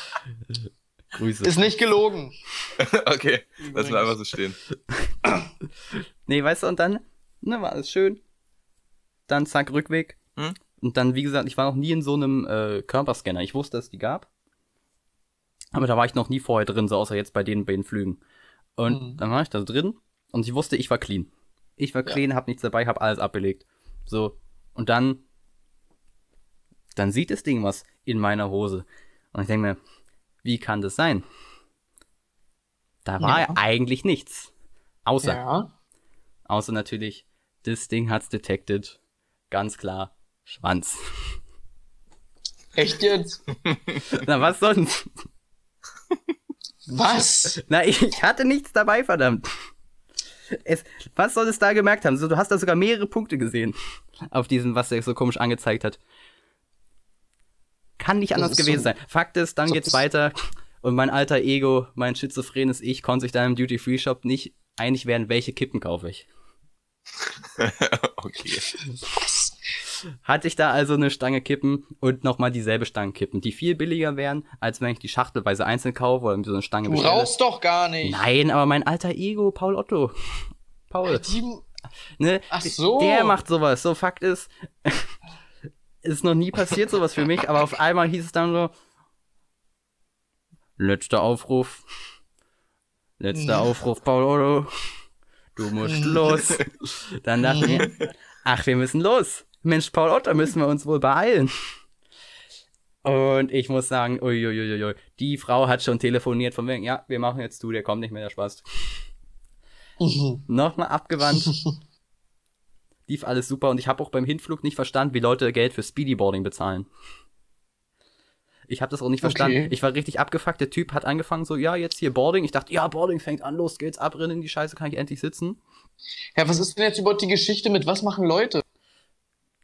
C: Grüße.
A: Ist nicht gelogen.
B: (laughs) Okay, lassen wir
A: Übrigens.
B: einfach so stehen.
C: nee, weißt du, und dann, ne, war alles schön. Dann zack, Rückweg.
B: Hm?
C: Und dann, wie gesagt, ich war noch nie in so einem äh, Körperscanner. Ich wusste, dass es die gab. Aber da war ich noch nie vorher drin, so außer jetzt bei den, bei den Flügen. Und
A: Mhm.
C: dann war ich da drin und ich wusste, ich war clean. Ich war
A: Ja.
C: clean, hab nichts dabei, hab alles abgelegt. So. Und dann, dann sieht das Ding was in meiner Hose. Und ich denke mir, wie kann das sein? Da war
A: Ja.
C: eigentlich nichts. Außer,
A: Ja.
C: Außer natürlich, das Ding hat's detected. Ganz klar, Schwanz. (laughs)
A: Echt jetzt?
C: Na, was sonst? (laughs)
A: Was?
C: Na, ich, ich hatte nichts dabei, verdammt. Es, was soll es da gemerkt haben? So, du hast da sogar mehrere Punkte gesehen. Auf diesem, was der so komisch angezeigt hat. Kann nicht
A: Das
C: anders
A: ist so-
C: gewesen sein. Fakt ist, dann
A: So-
C: geht's weiter. Und mein alter Ego, mein schizophrenes Ich, konnte sich da im Duty-Free-Shop nicht einig werden, welche Kippen kaufe ich.
B: okay.
C: hatte ich da also eine Stange Kippen und nochmal dieselbe Stange Kippen, die viel billiger wären, als wenn ich die schachtelweise einzeln kaufe oder so eine Stange
A: Du rauchst doch gar nicht.
C: Nein, aber mein alter Ego, Paul Otto. Paul,
A: Die,
C: ne?
A: ach so.
C: Der macht sowas. So, Fakt ist, (laughs) ist noch nie passiert sowas für mich, aber auf einmal hieß es dann so, letzter Aufruf. Letzter Aufruf, Paul Otto. Du
A: (laughs)
C: musst los. Dann dachte ich mir, ach, wir müssen los. Mensch, Paul Otto, müssen wir uns wohl beeilen. Und ich muss sagen, uiuiuiui, die Frau hat schon telefoniert von wegen, ja, wir machen jetzt zu, der kommt nicht mehr, der Spaß.
A: Mhm. (laughs)
C: Nochmal abgewandt. Lief alles super und ich habe auch beim Hinflug nicht verstanden, wie Leute Geld für Speedyboarding bezahlen. Ich habe das auch nicht
A: Okay.
C: verstanden. Ich war richtig abgefuckt. Der Typ hat angefangen so, ja, jetzt hier Boarding. Ich dachte, ja, Boarding fängt an, los geht's, abrennen in die Scheiße, kann ich endlich sitzen.
A: Ja, was ist denn jetzt überhaupt die Geschichte mit was machen Leute?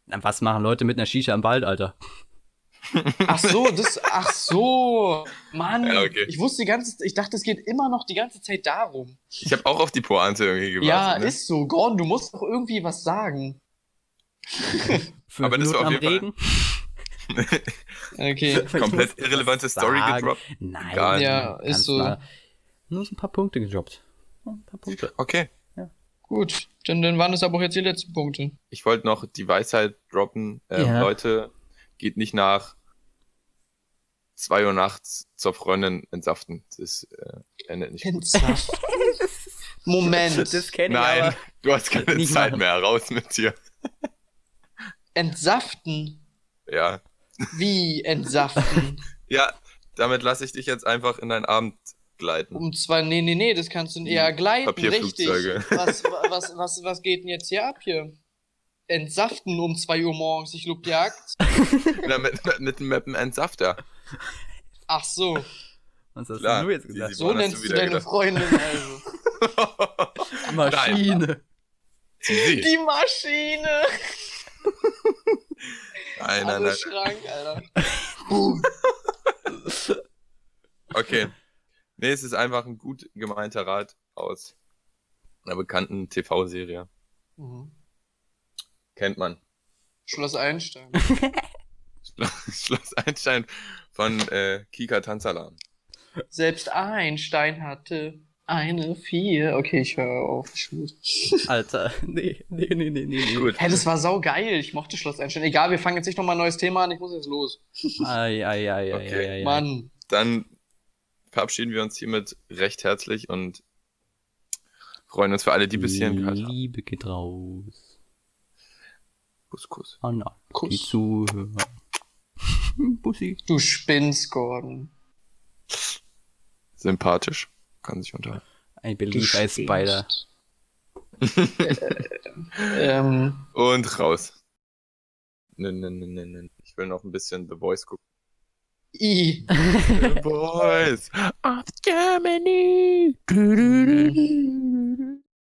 C: Na, was machen Leute mit einer Shisha im Wald, Alter?
A: Ach so, das, ach so. Mann,
B: Ja, okay.
A: ich wusste die ganze ich dachte, es geht immer noch die ganze Zeit darum.
B: Ich habe auch auf die Pointe irgendwie gewartet.
A: ja,
B: ne?
A: ist so. Gordon, du musst doch irgendwie was sagen.
C: Fünf
B: Aber das war auf
C: Minuten am
B: jeden Fall-
C: Regen.
A: Okay.
C: Ich muss
B: (laughs)
C: (laughs)
B: Komplett irrelevante
C: das
B: Story
C: sagen.
B: gedroppt.
C: Nein.
B: Egal.
A: Ja, ist
C: ganz
A: so.
C: Mal. Nur so ein paar Punkte gedroppt. Nur Ein paar Punkte.
B: Okay.
A: Gut, dann, dann waren es aber auch jetzt die letzten Punkte.
B: Ich wollte noch die Weisheit droppen. Ähm,
C: Ja.
B: Leute, geht nicht nach 2 Uhr nachts zur Freundin entsaften. Das ist, äh,
A: (laughs)
B: endet nicht gut.
A: Moment.
C: kenne
B: Nein, du hast keine
C: Nicht
B: Zeit
C: machen.
B: mehr. Raus mit dir.
A: Entsaften.
B: Ja.
A: Wie entsaften?
B: Ja, damit lasse ich dich jetzt einfach in deinen Abend gleiten.
A: (laughs) Um zwei. Nee, nee, nee, das kannst du
B: Hm.
A: eher gleiten, richtig.
B: Papierflugzeuge.
A: Was, was, was, was geht denn jetzt hier ab hier? Entsaften um 2 Uhr morgens, ich lob Jagd.
B: Na, mit, mit, mit, mit einem Entsafter.
A: Ach so,
C: Was hast
B: Klar.
C: du jetzt
B: Die-
C: gesagt?
B: die-
A: so
B: Woran hast
A: nennst
B: du
A: du
B: wieder
A: deine
B: gedacht?
A: Freundin
B: (laughs)
A: also.
C: Maschine.
B: Nein,
A: Die Maschine!
B: nein, nein,
A: Also
B: nein.
A: Schrank,
B: (laughs)
A: Alter.
B: Okay. Nee, es ist einfach ein gut gemeinter Rat aus einer bekannten TV-Serie.
A: Mhm.
B: Kennt man. (laughs)
A: Schloss Einstein.
B: Schloss Einstein von äh, Kika Tanzalan.
A: Selbst Einstein hatte eine vier. Okay, ich höre auf. ich muss-
B: (laughs)
C: Alter. (laughs) Nee, nee, nee, nee, nee. nee.
B: Gut.
A: Hä, das war sau geil. Ich mochte Schloss Einstein. Egal, wir fangen jetzt nicht nochmal ein neues Thema an. Ich muss jetzt los.
C: Ei, ei, ei, ei,
B: Okay.
C: ei, ei, ei.
A: Mann.
B: Dann verabschieden wir uns hiermit recht herzlich und freuen uns für alle, die bis hierhin gehört haben.
C: Liebe geht raus.
B: Kuss, Kuss.
C: An alle die
A: Kuss.
C: Zuhörer. (laughs) Bussi.
A: Du spinnst, Gordon.
B: Sympathisch. Kann sich unterhalten.
C: I
A: Du
C: believe I Spider.
A: spinnst. äh, (laughs) ähm.
B: Und raus. Nee, nee, nee, nee, nee. Ich will noch ein bisschen The Voice gucken.
A: I.
B: The Voice!
A: Mhm.